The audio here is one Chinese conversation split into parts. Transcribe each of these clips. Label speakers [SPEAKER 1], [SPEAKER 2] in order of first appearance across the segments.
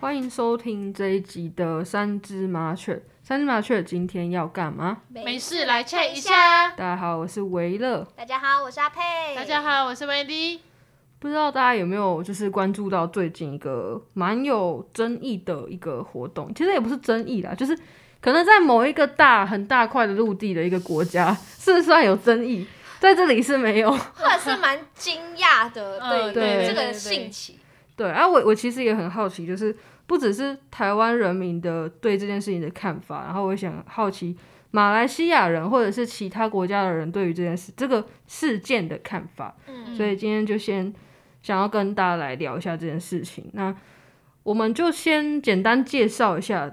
[SPEAKER 1] 欢迎收听这一集的三只麻雀。三只麻雀今天要干嘛？
[SPEAKER 2] 哎
[SPEAKER 3] 没事，来 check 一。下。
[SPEAKER 1] 大家好，我是维乐。
[SPEAKER 2] 大家好，我是阿佩。
[SPEAKER 3] 大家好，我是 Wendy。
[SPEAKER 1] 不知道大家有没有就是关注到最近一个蛮有争议的一个活动？其实也不是争议啦，就是可能在某一个大很大块的陆地的一个国家，是算有争议，在这里是没有。
[SPEAKER 2] 我也是蛮惊讶的，
[SPEAKER 3] 嗯
[SPEAKER 2] 对于
[SPEAKER 1] 对
[SPEAKER 2] 这
[SPEAKER 3] 对
[SPEAKER 2] 个
[SPEAKER 3] 对
[SPEAKER 2] 兴起，
[SPEAKER 1] 对啊，我我其实也很好奇，就是不只是台湾人民的对这件事情的看法，然后我也想好奇马来西亚人或者是其他国家的人对于这件事这个事件的看法。
[SPEAKER 2] 嗯，
[SPEAKER 1] 所以今天就先想要跟大家来聊一下这件事情。那我们就先简单介绍一下，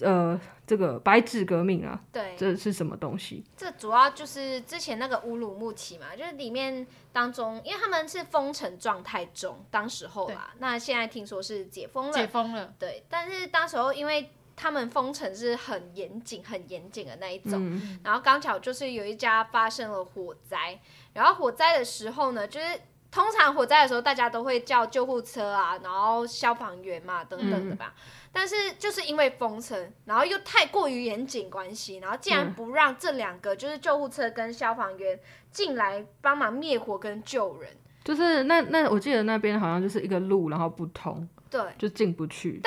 [SPEAKER 1] 呃，这个白纸革命啊，
[SPEAKER 2] 对，
[SPEAKER 1] 这是什么东西？
[SPEAKER 2] 这主要就是之前那个乌鲁木齐嘛，就是里面当中，因为他们是封城状态中，当时候啦，那现在听说是解封
[SPEAKER 3] 解
[SPEAKER 2] 了，
[SPEAKER 3] 封了，
[SPEAKER 2] 对，但是当时候因为他们封城是很严谨、很严谨的那一种，
[SPEAKER 1] 嗯，
[SPEAKER 2] 然后刚巧就是有一家发生了火灾，然后火灾的时候呢，就是通常火灾的时候大家都会叫救护车啊，然后消防员嘛等等的吧。
[SPEAKER 1] 嗯
[SPEAKER 2] 但是就是因为封城，然后又太过于严谨关系，然后竟然
[SPEAKER 1] 嗯
[SPEAKER 2] 不让这两个就是救护车跟消防员进来帮忙灭火跟救人。
[SPEAKER 1] 就是那那我记得那边好像就是一个路，然后不通，
[SPEAKER 2] 对，
[SPEAKER 1] 就进不去。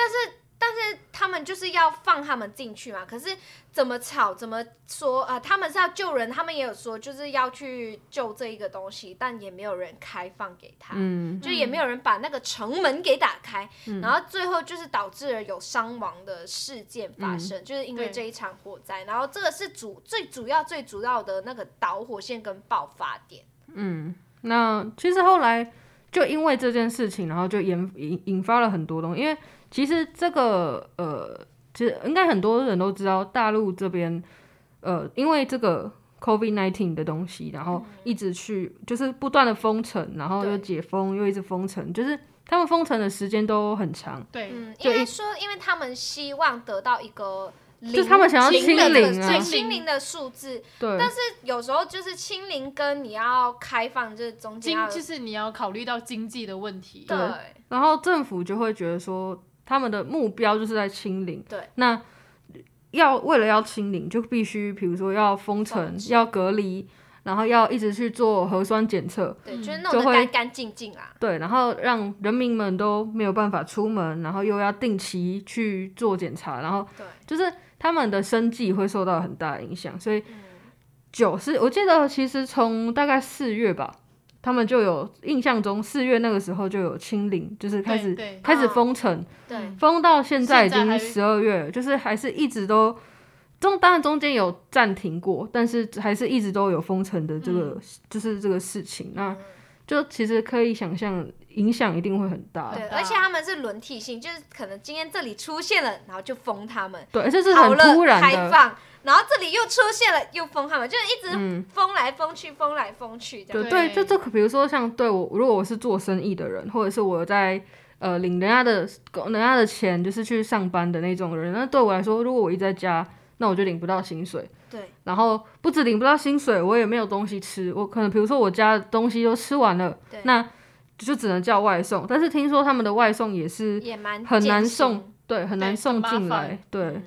[SPEAKER 2] 他们就是要放他们进去嘛，可是怎么吵怎么说啊、呃他们是要救人，他们也有说就是要去救这一个东西，但也没有人开放给他，
[SPEAKER 1] 嗯，
[SPEAKER 2] 就也没有人把那个城门给打开，然后最后就是导致了有伤亡的事件发
[SPEAKER 1] 嗯
[SPEAKER 2] 生，就是因为
[SPEAKER 3] 对
[SPEAKER 2] 这一场火灾。然后这个是主最主要最主要的那个导火线跟爆发点。
[SPEAKER 1] 那其实后来就因为这件事情，然后就引引引发了很多东西。因为其实这个呃，其实应该很多人都知道，大陆这边呃，因为这个 COVID nineteen 的东西，然后一直去就是不断的封城，然后又
[SPEAKER 2] 对
[SPEAKER 1] 解封，又一直封城，就是他们封城的时间都很长。
[SPEAKER 3] 对，
[SPEAKER 2] 嗯，
[SPEAKER 1] 就
[SPEAKER 2] 应
[SPEAKER 1] 一
[SPEAKER 2] 该说，因为他们希望得到一个零。
[SPEAKER 1] 就他们想要
[SPEAKER 2] 零
[SPEAKER 1] 清
[SPEAKER 2] 的
[SPEAKER 1] 零啊
[SPEAKER 2] 最清零的数字，
[SPEAKER 1] 对，
[SPEAKER 2] 但是有时候就是清零跟你要开放，就是中间
[SPEAKER 3] 经
[SPEAKER 2] 要有
[SPEAKER 3] 就是你要考虑到经济的问题。
[SPEAKER 2] 对
[SPEAKER 1] 然后政府就会觉得说，他们的目标就是在清零。
[SPEAKER 2] 对，
[SPEAKER 1] 那要为了要清零，就必须比如说要封城
[SPEAKER 2] 封、城
[SPEAKER 1] 要隔离，然后要一直去做核酸检测，
[SPEAKER 2] 对，
[SPEAKER 3] 嗯
[SPEAKER 2] 就是弄得
[SPEAKER 1] 就会
[SPEAKER 2] 干干净净啊啦。
[SPEAKER 1] 对，然后让人民们都没有办法出门，然后又要定期去做检查，然后
[SPEAKER 2] 对，
[SPEAKER 1] 就是他们的生计会受到很大的影响，所以
[SPEAKER 2] 嗯
[SPEAKER 1] 九是我记得其实从大概四月吧。他们就有印象中，四月那个时候就有清零，就是开始
[SPEAKER 3] 对对
[SPEAKER 1] 开始
[SPEAKER 2] 嗯
[SPEAKER 1] 封城，
[SPEAKER 2] 对，
[SPEAKER 1] 封到现在已
[SPEAKER 3] 现在
[SPEAKER 1] 经
[SPEAKER 3] 还
[SPEAKER 1] 十二月了，就是还是一直都中，当然中间有暂停过，但是还是一直都有封城的这个，就是这个事情。那就其实可以想象，影响一定会很大。
[SPEAKER 2] 对，
[SPEAKER 3] 大
[SPEAKER 2] 而且他们是轮替性，就是可能今天这里出现了，然后就封他们，
[SPEAKER 1] 对，而且是
[SPEAKER 2] 好
[SPEAKER 1] 很
[SPEAKER 2] 了
[SPEAKER 1] 突然
[SPEAKER 2] 开
[SPEAKER 1] 的，
[SPEAKER 2] 放，然后这里又出现了，又封他们，就是一直封来封去，封来封去这
[SPEAKER 1] 嗯对
[SPEAKER 2] 样。
[SPEAKER 1] 对，
[SPEAKER 3] 对
[SPEAKER 1] 就这可，比如说像对我，如果我是做生意的人，或者是我在呃领人家的人家的钱，就是去上班的那种人，那对我来说，如果我一直在家，那我就领不到薪水。
[SPEAKER 2] 对，
[SPEAKER 1] 然后不止领不到薪水，我也没有东西吃。我可能比如说我家的东西都吃完了
[SPEAKER 2] 对，
[SPEAKER 1] 那就只能叫外送。但是听说他们的外送也是
[SPEAKER 2] 也蛮
[SPEAKER 1] 嗯很难
[SPEAKER 2] 艰辛嗯
[SPEAKER 1] 送，对，很难
[SPEAKER 3] 很
[SPEAKER 1] 送
[SPEAKER 3] 麻
[SPEAKER 1] 进
[SPEAKER 3] 烦
[SPEAKER 1] 来，对，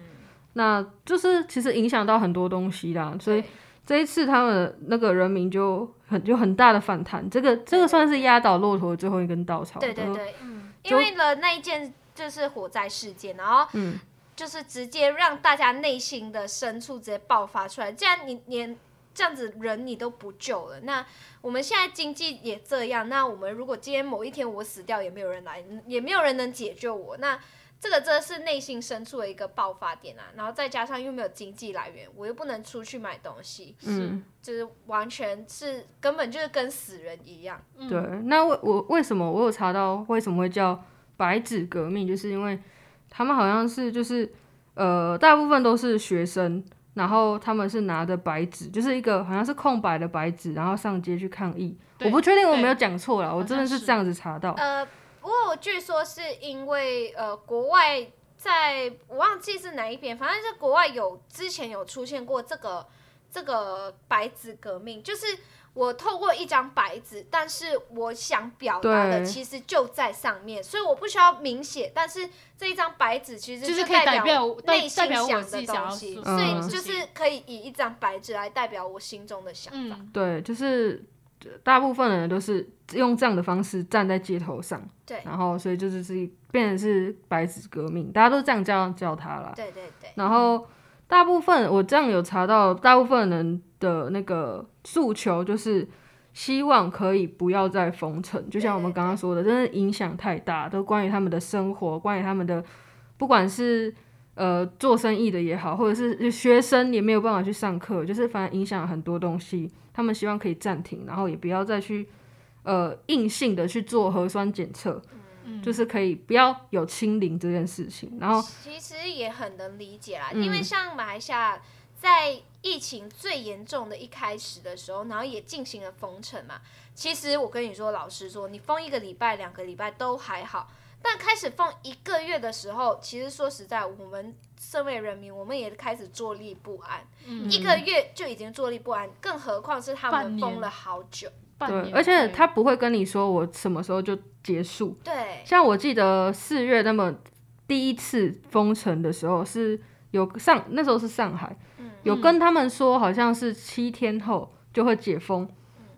[SPEAKER 1] 那就是其实影响到很多东西啦。所以
[SPEAKER 2] 对
[SPEAKER 1] 这一次他们的那个人民就很有很大的反弹，这个这
[SPEAKER 2] 对
[SPEAKER 1] 个
[SPEAKER 2] 对
[SPEAKER 1] 算是压倒骆驼的最后一根稻草。
[SPEAKER 2] 对对
[SPEAKER 1] 然后
[SPEAKER 2] 对，
[SPEAKER 3] 嗯
[SPEAKER 1] 就
[SPEAKER 2] 因为了那一件就是火灾事件，然后
[SPEAKER 1] 嗯
[SPEAKER 2] 就是直接让大家内心的深处直接爆发出来。既然你连这样子人你都不救了，那我们现在经济也这样，那我们如果今天某一天我死掉，也没有人来，也没有人能解救我，那。这个真的是内心深处的一个爆发点啊，然后再加上又没有经济来源，我又不能出去买东西，
[SPEAKER 1] 嗯，
[SPEAKER 2] 就是完全是根本就是跟死人一样。
[SPEAKER 3] 嗯
[SPEAKER 1] 对，那为我为什么我有查到为什么会叫白纸革命，就是因为他们好像是就是呃，大部分都是学生，然后他们是拿着白纸，就是一个好像是空白的白纸，然后上街去抗议。
[SPEAKER 3] 对
[SPEAKER 1] 我不确定我
[SPEAKER 3] 对
[SPEAKER 1] 没有讲错啦，我真的是
[SPEAKER 3] 好像是
[SPEAKER 1] 这样子查到。
[SPEAKER 2] 呃，不过我据说是因为呃，国外在我忘记是哪一边，反正是国外有之前有出现过这个这个白纸革命，就是我透过一张白纸，但是我想表达的
[SPEAKER 1] 对
[SPEAKER 2] 其实就在上面，所以我不需要明写，但是这一张白纸其实
[SPEAKER 3] 就是可以
[SPEAKER 2] 代
[SPEAKER 3] 代表我代
[SPEAKER 2] 内心
[SPEAKER 3] 代表我
[SPEAKER 2] 想
[SPEAKER 3] 自
[SPEAKER 2] 的
[SPEAKER 3] 己想
[SPEAKER 2] 东
[SPEAKER 3] 要
[SPEAKER 2] 西，
[SPEAKER 3] 说嗯
[SPEAKER 2] 所
[SPEAKER 1] 的
[SPEAKER 2] 以
[SPEAKER 1] 事
[SPEAKER 2] 就是可以以一张白纸来代表我心中的想法。
[SPEAKER 3] 嗯，
[SPEAKER 1] 对，就是大部分人都是用这样的方式站在街头上，
[SPEAKER 2] 对
[SPEAKER 1] 然后所以就是自己变成是白纸革命，大家都这样叫叫他啦。
[SPEAKER 2] 对对对，
[SPEAKER 1] 然后大部分我这样有查到，大部分人的那个诉求就是希望可以不要再封城，就像我们刚刚说的，真的影响太大，都关于他们的生活，关于他们的不管是。呃，做生意的也好，或者是学生也没有办法去上课，就是反正影响很多东西。他们希望可以暂停，然后也不要再去呃硬性的去做核酸检测，就是可以不要有清零这件事情。然后
[SPEAKER 2] 其实也很能理解啦，
[SPEAKER 1] 哦嗯
[SPEAKER 2] 因为像马来西亚在疫情最严重的一开始的时候，然后也进行了封城嘛。其实我跟你说，老实说，你封一个礼拜、两个礼拜都还好，但开始封一个月的时候，其实说实在，我们身为人民，我们也开始坐立不安。
[SPEAKER 3] 嗯
[SPEAKER 2] 一个月就已经坐立不安，更何况是他
[SPEAKER 3] 半
[SPEAKER 2] 们
[SPEAKER 3] 年
[SPEAKER 2] 封了好久。
[SPEAKER 3] 半
[SPEAKER 1] 对，
[SPEAKER 3] 年
[SPEAKER 1] 而且
[SPEAKER 3] 对
[SPEAKER 1] 他不会跟你说我什么时候就结束。
[SPEAKER 2] 对，
[SPEAKER 1] 像我记得四月那么第一次封城的时候是有上，那时候是上海，
[SPEAKER 3] 嗯
[SPEAKER 2] 嗯
[SPEAKER 1] 有跟他们说好像是七天后就会解封，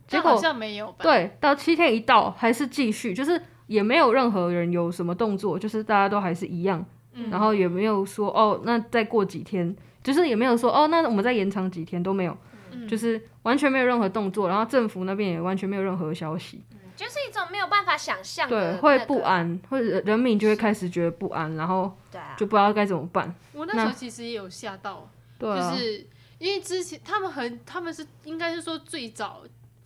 [SPEAKER 1] 结
[SPEAKER 3] 但
[SPEAKER 1] 果
[SPEAKER 3] 嗯好像没有吧？，
[SPEAKER 1] 对，到七天一到还是继续，就是也没有任何人有什么动作，就是大家都还是一样，
[SPEAKER 3] 嗯
[SPEAKER 1] 然后也没有说哦，那再过几天，就是也没有说哦，那我们再延长几天都没有，
[SPEAKER 3] 嗯
[SPEAKER 1] 就是完全没有任何动作，然后政府那边也完全没有任何消息，
[SPEAKER 2] 嗯就是一种没有办法想象的、那
[SPEAKER 1] 对，
[SPEAKER 2] 个
[SPEAKER 1] 会不。安，或者人民就会开始觉得不安，然后
[SPEAKER 2] 对啊，
[SPEAKER 1] 就不知道该怎么办，
[SPEAKER 3] 我那时
[SPEAKER 1] 那
[SPEAKER 3] 候其实也有吓到，
[SPEAKER 1] 对啊，
[SPEAKER 3] 就是因为之前他们很，他们是应该是说最早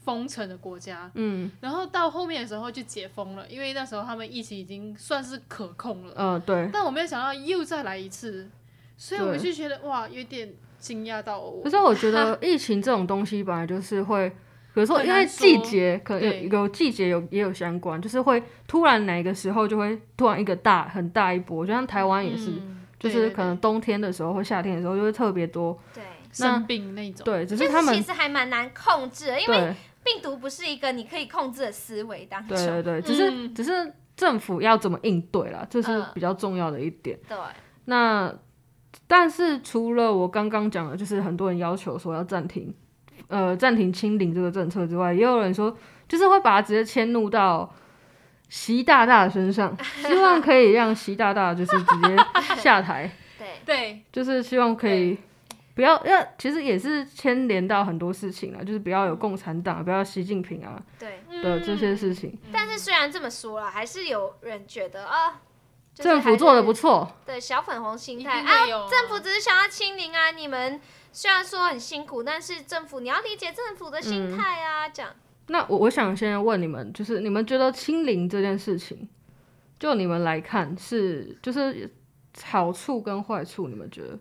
[SPEAKER 3] 封城的国家，
[SPEAKER 1] 嗯，
[SPEAKER 3] 然后到后面的时候就解封了，因为那时候他们疫情已经算是可控了。
[SPEAKER 1] 呃， 对。
[SPEAKER 3] 但我没有想到又再来一次，所以
[SPEAKER 1] 对
[SPEAKER 3] 我就觉得哇，有点惊讶到我
[SPEAKER 1] 可。是我觉得疫情这种东西本来就是会，比如说
[SPEAKER 3] 很
[SPEAKER 1] 因
[SPEAKER 3] 难
[SPEAKER 1] 为季节，可能
[SPEAKER 3] 对
[SPEAKER 1] 有有季节有也有相关，就是会突然哪个时候就会突然一个大很大一波，就像台湾也是，
[SPEAKER 3] 嗯
[SPEAKER 1] 就
[SPEAKER 3] 对
[SPEAKER 1] 是
[SPEAKER 3] 对
[SPEAKER 1] 可能
[SPEAKER 3] 对
[SPEAKER 1] 冬天的时候或夏天的时候就会特别多，
[SPEAKER 2] 对，
[SPEAKER 3] 生病那种，
[SPEAKER 1] 对，只
[SPEAKER 2] 就是
[SPEAKER 1] 他
[SPEAKER 2] 是其
[SPEAKER 1] 们
[SPEAKER 2] 实还蛮难控制的，因为
[SPEAKER 1] 对
[SPEAKER 2] 病毒不是一个你可以控制的思维当中。
[SPEAKER 1] 对对对，
[SPEAKER 2] 对
[SPEAKER 1] 只是、
[SPEAKER 3] 嗯
[SPEAKER 1] 只是政府要怎么应对啦，这是
[SPEAKER 2] 嗯
[SPEAKER 1] 比较重要的一点。那但是除了我刚刚讲的，就是很多人要求说要暂停，呃，暂停清零这个政策之外，也有人说就是会把它直接迁怒到习大大的身上，希望可以让习大大就是直接下台，
[SPEAKER 2] 对
[SPEAKER 3] 对
[SPEAKER 1] 就是希望可以不要要，其实也是牵连到很多事情啊，就是不要有共产党，不要习近平啊
[SPEAKER 2] 对
[SPEAKER 1] 的这些事情，
[SPEAKER 2] 但是虽然这么说了，还是有人觉得啊，就是
[SPEAKER 1] 政
[SPEAKER 2] 还
[SPEAKER 1] 府
[SPEAKER 2] 是
[SPEAKER 1] 做的不错，
[SPEAKER 2] 对小粉红心
[SPEAKER 3] 一
[SPEAKER 2] 态
[SPEAKER 3] 定
[SPEAKER 2] 啊，
[SPEAKER 3] 会有啊
[SPEAKER 2] 政府只是想要清零啊，你们虽然说很辛苦，但是政府你要理解政府的
[SPEAKER 1] 嗯
[SPEAKER 2] 心态啊，这样。
[SPEAKER 1] 那我我想先问你们，就是你们觉得清零这件事情，就你们来看是就是好处跟坏处，你们觉得？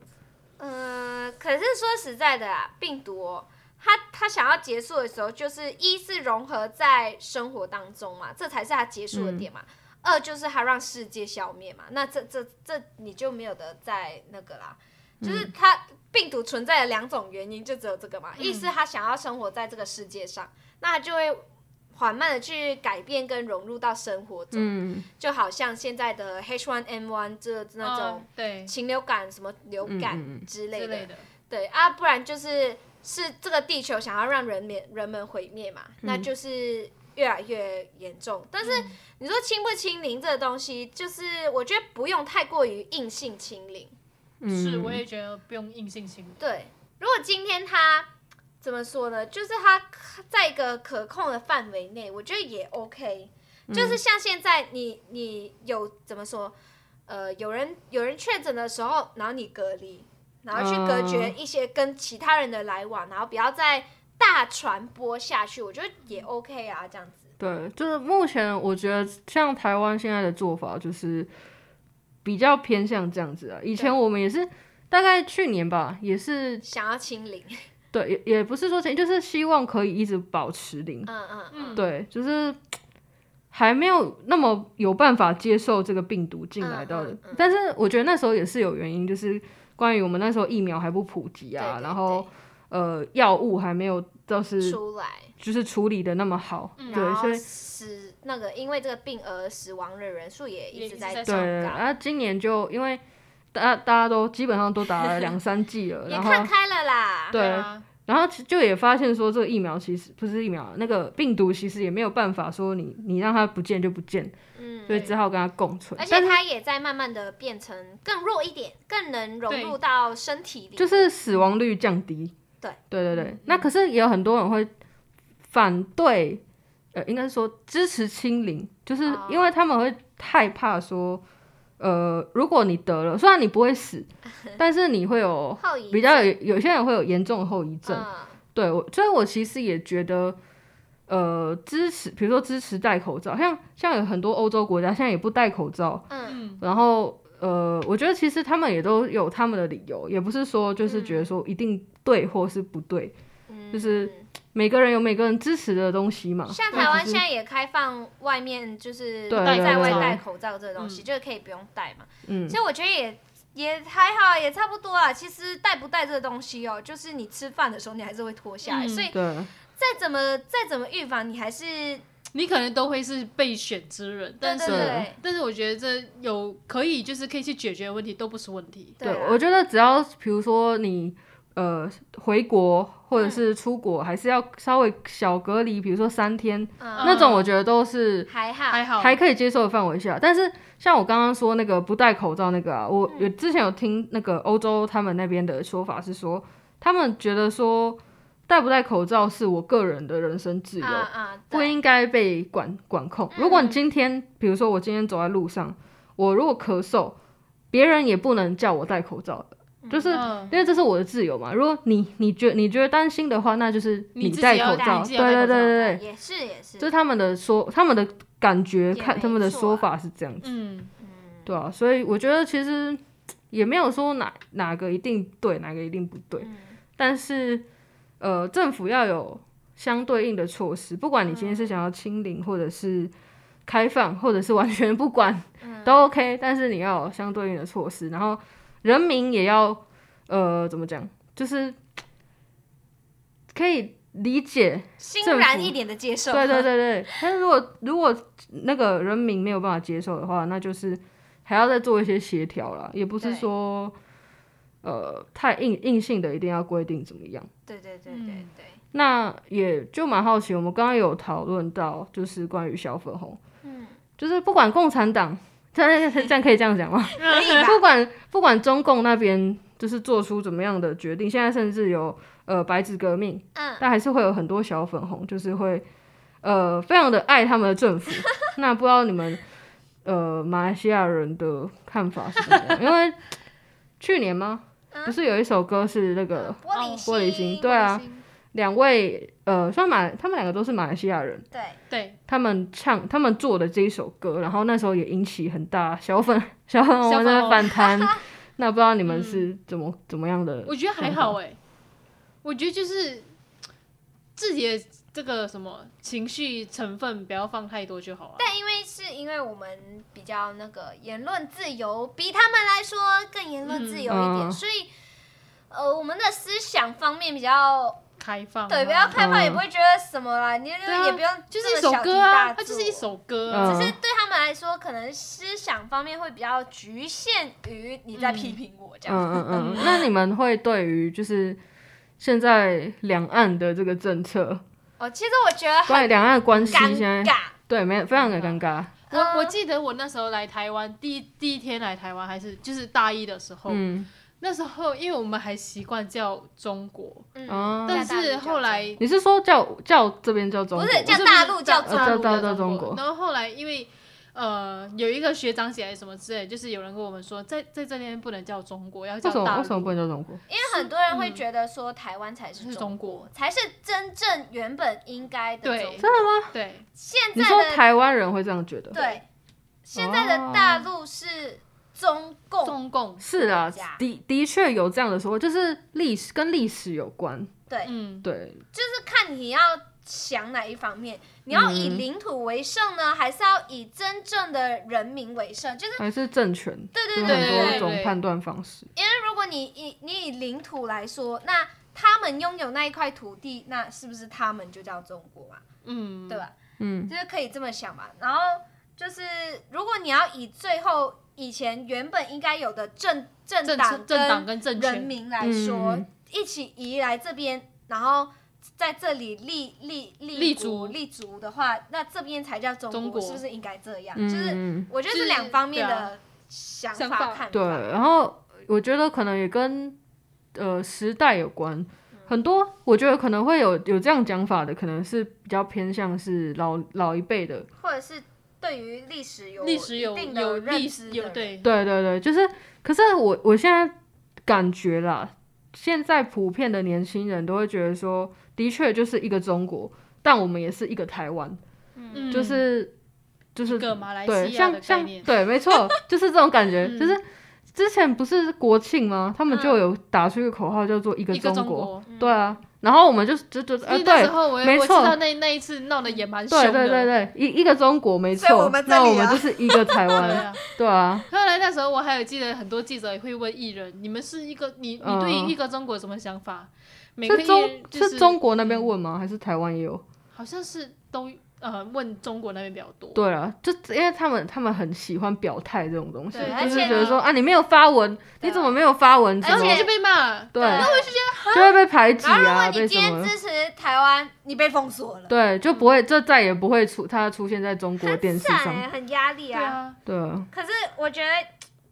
[SPEAKER 2] 呃，可是说实在的啊，病毒、哦、它它想要结束的时候，就是一是融合在生活当中嘛，这才是它结束的点嘛。二就是它让世界消灭嘛，那这这这你就没有得再那个啦，就是它病毒存在的两种原因就只有这个嘛，一是它想要生活在这个世界上，那它就会缓慢的去改变跟融入到生活中，
[SPEAKER 1] 嗯，
[SPEAKER 2] 就好像现在的 H1N1 这那种
[SPEAKER 3] 嗯对
[SPEAKER 2] 禽流感、什么流
[SPEAKER 1] 嗯嗯
[SPEAKER 2] 感之类
[SPEAKER 3] 之
[SPEAKER 2] 的，
[SPEAKER 3] 类的，
[SPEAKER 2] 对啊，不然就是是这个地球想要让人民人们毁灭嘛，
[SPEAKER 1] 嗯
[SPEAKER 2] 那就是越来越严重。但是你说清不清零这个东西，就是我觉得不用太过于硬性清零。
[SPEAKER 1] 嗯
[SPEAKER 3] 是我也觉得不用硬性心理。
[SPEAKER 2] 对，如果今天它怎么说呢，就是它在一个可控的范围内，我觉得也 OK。就是
[SPEAKER 1] 嗯
[SPEAKER 2] 像现在你你有怎么说，呃，有人有人确诊的时候，然后你隔离，然后去隔绝
[SPEAKER 1] 嗯
[SPEAKER 2] 一些跟其他人的来往，然后不要再大传播下去，我觉得也 OK 啊，这样子。
[SPEAKER 1] 对，就是目前我觉得像台湾现在的做法，就是比较偏向这样子啊。以前我们也是大概去年吧，也是
[SPEAKER 2] 想要清零，
[SPEAKER 1] 对，也也不是说前，就是希望可以一直保持零，
[SPEAKER 2] 嗯嗯嗯，
[SPEAKER 1] 对，就是还没有那么有办法接受这个病毒进来到的。
[SPEAKER 2] 嗯嗯嗯
[SPEAKER 1] 但是我觉得那时候也是有原因，就是关于我们那时候疫苗还不普及啊，
[SPEAKER 2] 对对
[SPEAKER 1] 然后呃药物还没有，就是
[SPEAKER 2] 出来，
[SPEAKER 1] 就是处理的那么好，对，
[SPEAKER 2] 嗯然
[SPEAKER 1] 所
[SPEAKER 2] 后
[SPEAKER 1] 以
[SPEAKER 2] 死那个因为这个病而死亡的人数也
[SPEAKER 3] 也
[SPEAKER 2] 一
[SPEAKER 3] 一
[SPEAKER 2] 直
[SPEAKER 3] 直
[SPEAKER 2] 在
[SPEAKER 3] 在
[SPEAKER 2] 增
[SPEAKER 3] 上
[SPEAKER 1] 对，
[SPEAKER 2] 高。
[SPEAKER 1] 啊，今年就因为大家大家都基本上都打了两三剂 了，
[SPEAKER 2] 也
[SPEAKER 1] 然
[SPEAKER 2] 看
[SPEAKER 1] 后
[SPEAKER 2] 开了啦，
[SPEAKER 1] 对
[SPEAKER 3] 啊，
[SPEAKER 1] 然后其就也发现说这个疫苗其实不是疫苗，那个病毒其实也没有办法说你你让它不见就不见，
[SPEAKER 2] 嗯，
[SPEAKER 1] 所以
[SPEAKER 3] 对
[SPEAKER 1] 只好跟它共存
[SPEAKER 2] 而。且
[SPEAKER 1] 但是
[SPEAKER 2] 它也在慢慢的变成更弱一点，更能融
[SPEAKER 3] 对
[SPEAKER 2] 入到身体里。
[SPEAKER 1] 就是死亡率降低。
[SPEAKER 2] 对
[SPEAKER 1] 对对对，
[SPEAKER 3] 嗯
[SPEAKER 1] 那可是也有很多人会反对，呃，应该是说支持清零，就是
[SPEAKER 2] 哦
[SPEAKER 1] 因为他们会害怕说，呃，如果你得了，虽然你不会死，但是你会有
[SPEAKER 2] 后遗
[SPEAKER 1] 哦比较有有些人会有严重的后遗症。
[SPEAKER 2] 嗯，
[SPEAKER 1] 对我，所以我其实也觉得，呃，支持，比如说支持戴口罩，像像有很多欧洲国家现在也不戴口罩，
[SPEAKER 2] 嗯
[SPEAKER 3] 嗯，
[SPEAKER 1] 然后呃，我觉得其实他们也都有他们的理由，也不是说就是觉得说一定对或是不对，
[SPEAKER 2] 嗯，
[SPEAKER 1] 就是每个人有每个人支持的东西嘛。
[SPEAKER 2] 像台湾现在也开放外面就是
[SPEAKER 1] 对
[SPEAKER 3] 对
[SPEAKER 2] 在外
[SPEAKER 3] 对
[SPEAKER 2] 戴口罩这个东西，
[SPEAKER 3] 嗯
[SPEAKER 2] 就是可以不用戴嘛。
[SPEAKER 1] 嗯
[SPEAKER 2] 其，实我觉得也也还好，也差不多啦。其实戴不戴这个东西哦，就是你吃饭的时候你还是会脱下来，
[SPEAKER 3] 嗯
[SPEAKER 2] 所以
[SPEAKER 1] 对
[SPEAKER 2] 再怎么再怎么预防，你还是
[SPEAKER 3] 你可能都会是备选之人，
[SPEAKER 2] 对
[SPEAKER 3] 但
[SPEAKER 2] 对
[SPEAKER 3] 是
[SPEAKER 2] 对
[SPEAKER 3] 但是我觉得这有可以就是可以去解决的问题，都不是问题。
[SPEAKER 1] 对
[SPEAKER 2] 啦，
[SPEAKER 1] 我觉得只要比如说你呃回国或
[SPEAKER 2] 嗯
[SPEAKER 1] 者是出国，还是要稍微小隔离，比如说三天、
[SPEAKER 2] 嗯
[SPEAKER 1] 那种，我觉得都是。
[SPEAKER 2] 还好
[SPEAKER 3] 还好，
[SPEAKER 1] 还可以接受的范围下。但是像我刚刚说那个不戴口罩那个啊，我
[SPEAKER 3] 嗯
[SPEAKER 1] 有之前有听那个欧洲他们那边的说法是说，他们觉得说戴不戴口罩是我个人的人身自由，
[SPEAKER 2] 啊啊，
[SPEAKER 1] 不
[SPEAKER 2] 对
[SPEAKER 1] 应该被管管控。
[SPEAKER 3] 嗯
[SPEAKER 1] 如果你今天，比如说我今天走在路上，我如果咳嗽，别人也不能叫我戴口罩。就是
[SPEAKER 3] 嗯
[SPEAKER 1] 因为这是我的自由嘛，如果你你觉你觉得担心的话，那就是
[SPEAKER 3] 你自己
[SPEAKER 1] 戴
[SPEAKER 3] 要
[SPEAKER 1] 口
[SPEAKER 3] 戴
[SPEAKER 1] 罩，
[SPEAKER 3] 你自己
[SPEAKER 1] 对对对
[SPEAKER 3] 要戴口罩
[SPEAKER 1] 对对，
[SPEAKER 2] 也是也是，
[SPEAKER 1] 这是他们的说，他们的感觉，
[SPEAKER 2] 也
[SPEAKER 1] 看
[SPEAKER 2] 没
[SPEAKER 1] 他们的
[SPEAKER 2] 错
[SPEAKER 1] 说
[SPEAKER 2] 啊
[SPEAKER 1] 法是这样子，
[SPEAKER 3] 嗯，
[SPEAKER 2] 嗯
[SPEAKER 1] 对啊，所以我觉得其实也没有说哪哪个一定对，哪个一定不对，
[SPEAKER 2] 嗯
[SPEAKER 1] 但是呃，政府要有相对应的措施，不管你今天是想要清零，或者是开放，或者是完全不管，
[SPEAKER 2] 嗯
[SPEAKER 1] 都 OK，但是你要有相对应的措施，然后人民也要呃怎么讲，就是可以理解
[SPEAKER 2] 欣
[SPEAKER 1] 政
[SPEAKER 2] 然
[SPEAKER 1] 府
[SPEAKER 2] 一点的接受，
[SPEAKER 1] 对对对对，但是如果如果那个人民没有办法接受的话，那就是还要再做一些协调啦，也不是
[SPEAKER 2] 对
[SPEAKER 1] 说呃太硬硬性的一定要规定怎么样。
[SPEAKER 2] 对对对对
[SPEAKER 3] 嗯
[SPEAKER 2] 对，
[SPEAKER 1] 那也就蛮好奇，我们刚刚有讨论到就是关于小粉红，
[SPEAKER 2] 嗯，
[SPEAKER 1] 就是不管共产党，这样这 样可以这样讲吗？
[SPEAKER 2] 可以吧？
[SPEAKER 1] 不管不管中共那边就是做出怎么样的决定，现在甚至有呃白纸革命，
[SPEAKER 2] 嗯，
[SPEAKER 1] 但还是会有很多小粉红，就是会呃非常的爱他们的政府。 那不知道你们呃马来西亚人的看法是怎么样？因为去年吗？
[SPEAKER 3] 嗯
[SPEAKER 1] 不是有一首歌是那个
[SPEAKER 2] 玻璃
[SPEAKER 3] 哦
[SPEAKER 2] 心，
[SPEAKER 1] 玻璃心对啊
[SPEAKER 3] 玻璃心，
[SPEAKER 1] 两位呃，算马，他们两个都是马来西亚人，
[SPEAKER 2] 对，
[SPEAKER 3] 对，
[SPEAKER 1] 他们唱他们做的这一首歌，然后那时候也引起很大小粉小粉
[SPEAKER 3] 小
[SPEAKER 1] 红
[SPEAKER 3] 粉
[SPEAKER 1] 的
[SPEAKER 3] 红嗯
[SPEAKER 1] 反 弹。那不知道你们是怎么、怎呃么样的？
[SPEAKER 3] 我觉得还好哎、我觉得就是自己的这个什么情绪成分不要放太多就好了。啊
[SPEAKER 2] 但因为是因为我们比较那个言论自由，比他们来说更言论自由一点，
[SPEAKER 1] 嗯
[SPEAKER 2] 所以呃，我们的思想方面比较
[SPEAKER 3] 开放啊
[SPEAKER 2] 对，不要开放，
[SPEAKER 1] 嗯
[SPEAKER 2] 也不会觉得什么啦，你就
[SPEAKER 3] 对啊
[SPEAKER 2] 也不用
[SPEAKER 3] 就是
[SPEAKER 2] 这么
[SPEAKER 3] 一首
[SPEAKER 2] 小题
[SPEAKER 3] 歌啊，
[SPEAKER 2] 大
[SPEAKER 3] 它就
[SPEAKER 2] 做
[SPEAKER 3] 是一。首歌、啊。
[SPEAKER 1] 嗯
[SPEAKER 2] 只是对他们来说，可能思想方面会比较局限于你在批评我这样。
[SPEAKER 1] 嗯嗯嗯，那你们会对于就是现在两岸的这个政策，
[SPEAKER 2] 哦，其实我觉得
[SPEAKER 1] 关于两岸关系
[SPEAKER 2] 尴
[SPEAKER 1] 现在
[SPEAKER 2] 尬，
[SPEAKER 1] 对没有非常的尴尬，
[SPEAKER 3] 我我记得我那时候来台湾第一第一天来台湾还是就是大一的时候，
[SPEAKER 1] 嗯
[SPEAKER 3] 那时候因为我们还习惯叫中国，
[SPEAKER 1] 哦
[SPEAKER 2] 嗯，在
[SPEAKER 3] 但
[SPEAKER 2] 大陆
[SPEAKER 3] 是
[SPEAKER 2] 比较
[SPEAKER 3] 后来
[SPEAKER 1] 你是说叫叫这边叫中
[SPEAKER 2] 不
[SPEAKER 1] 国？
[SPEAKER 2] 是叫
[SPEAKER 3] 不是
[SPEAKER 2] 大陆叫
[SPEAKER 1] 呃
[SPEAKER 2] 中
[SPEAKER 1] 叫
[SPEAKER 2] 国，
[SPEAKER 1] 叫
[SPEAKER 3] 叫
[SPEAKER 1] 叫中国，
[SPEAKER 3] 然后后来因为呃有一个学长姐还是什么之类，就是有人跟我们说，在在这边不能叫中国，要
[SPEAKER 1] 为
[SPEAKER 3] 叫
[SPEAKER 1] 什么
[SPEAKER 3] 大
[SPEAKER 1] 为什么
[SPEAKER 3] 陆，
[SPEAKER 1] 不能叫中国？
[SPEAKER 2] 因为很多人会
[SPEAKER 3] 嗯
[SPEAKER 2] 觉得说台湾才
[SPEAKER 3] 是
[SPEAKER 2] 是中
[SPEAKER 3] 中国。
[SPEAKER 2] 才是真正原本应该的
[SPEAKER 3] 对
[SPEAKER 2] 中国
[SPEAKER 1] 真的吗？
[SPEAKER 3] 对，
[SPEAKER 2] 现
[SPEAKER 1] 你
[SPEAKER 2] 在
[SPEAKER 1] 说
[SPEAKER 2] 的
[SPEAKER 1] 台湾人会这样觉得？
[SPEAKER 2] 对，现在的大陆是中共
[SPEAKER 3] 中共，
[SPEAKER 1] 是啊
[SPEAKER 2] 国家，
[SPEAKER 1] 的的确有这样的说法，就是历史跟历史有关。
[SPEAKER 2] 对，
[SPEAKER 3] 嗯，
[SPEAKER 1] 对，
[SPEAKER 2] 就是看你要想哪一方面，你要以
[SPEAKER 1] 嗯
[SPEAKER 2] 领土为胜呢，还是要以真正的人民为胜？就是
[SPEAKER 1] 还是政权，
[SPEAKER 2] 对
[SPEAKER 1] 就是
[SPEAKER 2] 对对
[SPEAKER 1] 嗯很
[SPEAKER 2] 对
[SPEAKER 1] 多
[SPEAKER 2] 对，
[SPEAKER 1] 种判断方式。
[SPEAKER 2] 因为如果你以你以领土来说，那他们们拥有那一块土地，那是不是他们就叫中国啊嘛？
[SPEAKER 3] 嗯，
[SPEAKER 2] 对吧？
[SPEAKER 1] 嗯
[SPEAKER 2] 就是可以这么想嘛。然后就是，如果你要以最后以前原本应该有的政政
[SPEAKER 3] 政
[SPEAKER 2] 党
[SPEAKER 3] 政党
[SPEAKER 2] 跟
[SPEAKER 3] 跟政
[SPEAKER 2] 人
[SPEAKER 3] 权，
[SPEAKER 2] 民来说，
[SPEAKER 1] 嗯
[SPEAKER 2] 一起移来这边，然后在这里立立立
[SPEAKER 3] 立
[SPEAKER 2] 足
[SPEAKER 3] 足
[SPEAKER 2] 立足的话，那这边才叫中国，
[SPEAKER 3] 中国
[SPEAKER 2] 是不是应该这样？
[SPEAKER 1] 嗯，
[SPEAKER 2] 就是
[SPEAKER 1] 嗯
[SPEAKER 2] 我觉得是
[SPEAKER 3] 就是
[SPEAKER 2] 两方面
[SPEAKER 3] 对啊
[SPEAKER 2] 的想
[SPEAKER 3] 想
[SPEAKER 2] 法
[SPEAKER 3] 法
[SPEAKER 2] 看法。
[SPEAKER 1] 对，然后我觉得可能也跟呃时代有关，很多我觉得可能会有有这样讲法的，可能是比较偏向是老老一辈的，
[SPEAKER 2] 或者是对于历史有
[SPEAKER 3] 历史有
[SPEAKER 2] 一定的
[SPEAKER 3] 有
[SPEAKER 2] 认知
[SPEAKER 3] 历史
[SPEAKER 2] 的
[SPEAKER 3] 有
[SPEAKER 2] 人，
[SPEAKER 3] 对
[SPEAKER 1] 对对对，就是，可是我我现在感觉啦，现在普遍的年轻人都会觉得说，的确就是一个中国，但我们也是一个台湾，
[SPEAKER 2] 嗯，
[SPEAKER 1] 就是就是
[SPEAKER 3] 一个马来
[SPEAKER 1] 对，
[SPEAKER 3] 西亚啊
[SPEAKER 1] 像
[SPEAKER 3] 的概
[SPEAKER 1] 像
[SPEAKER 3] 念，
[SPEAKER 1] 对，没错，就是这种感觉，
[SPEAKER 3] 嗯
[SPEAKER 1] 就是之前不是国庆吗？他们就有打出一个口号叫做“一个
[SPEAKER 3] 一个
[SPEAKER 1] 中
[SPEAKER 3] 中
[SPEAKER 1] 国”，
[SPEAKER 3] 国。
[SPEAKER 2] 嗯
[SPEAKER 1] 对啊，然后我们就就就
[SPEAKER 3] 因
[SPEAKER 1] 呃
[SPEAKER 3] 为那时
[SPEAKER 1] 对。
[SPEAKER 3] 候我也
[SPEAKER 1] 没
[SPEAKER 3] 我知
[SPEAKER 1] 错
[SPEAKER 3] 道那那一次闹得也蛮凶
[SPEAKER 1] 对
[SPEAKER 3] 的，
[SPEAKER 1] 对对对，一一个中国没
[SPEAKER 2] 所以
[SPEAKER 1] 错，
[SPEAKER 2] 我们这里啊
[SPEAKER 1] 那我们就是一个台
[SPEAKER 3] 对
[SPEAKER 1] 湾，
[SPEAKER 3] 啊
[SPEAKER 1] 对啊，
[SPEAKER 3] 后来那时候我还有记得很多记者也会问艺人，你们是一个你你对
[SPEAKER 1] 嗯
[SPEAKER 3] 一个中国有什么想法？每个
[SPEAKER 1] 是
[SPEAKER 3] 艺
[SPEAKER 1] 中
[SPEAKER 3] 人就是嗯
[SPEAKER 1] 中国那边问吗？还是台湾也有？
[SPEAKER 3] 好像是都呃问中国那边比较多，
[SPEAKER 1] 对啊，就因为他们他们很喜欢表态这种东西，
[SPEAKER 2] 对
[SPEAKER 1] 就
[SPEAKER 2] 而
[SPEAKER 1] 是
[SPEAKER 2] 且
[SPEAKER 1] 觉得
[SPEAKER 3] 呢
[SPEAKER 1] 说啊，你没有发文，你怎么没有发文？怎
[SPEAKER 3] 而
[SPEAKER 1] 么
[SPEAKER 3] 且就被骂，
[SPEAKER 1] 对，
[SPEAKER 2] 然后
[SPEAKER 1] 就会被排挤
[SPEAKER 2] 然后如
[SPEAKER 1] 啊，
[SPEAKER 2] 果
[SPEAKER 1] 被
[SPEAKER 2] 你今
[SPEAKER 1] 什
[SPEAKER 2] 天
[SPEAKER 1] 么？
[SPEAKER 2] 支持台湾，你被封锁了，
[SPEAKER 1] 对，就不会，这再也不会出他出现在中国电视
[SPEAKER 2] 嗯很
[SPEAKER 1] 上。
[SPEAKER 2] 欸，很压力
[SPEAKER 3] 对
[SPEAKER 2] 啊。
[SPEAKER 3] 啊，
[SPEAKER 1] 对啊，
[SPEAKER 2] 可是我觉得，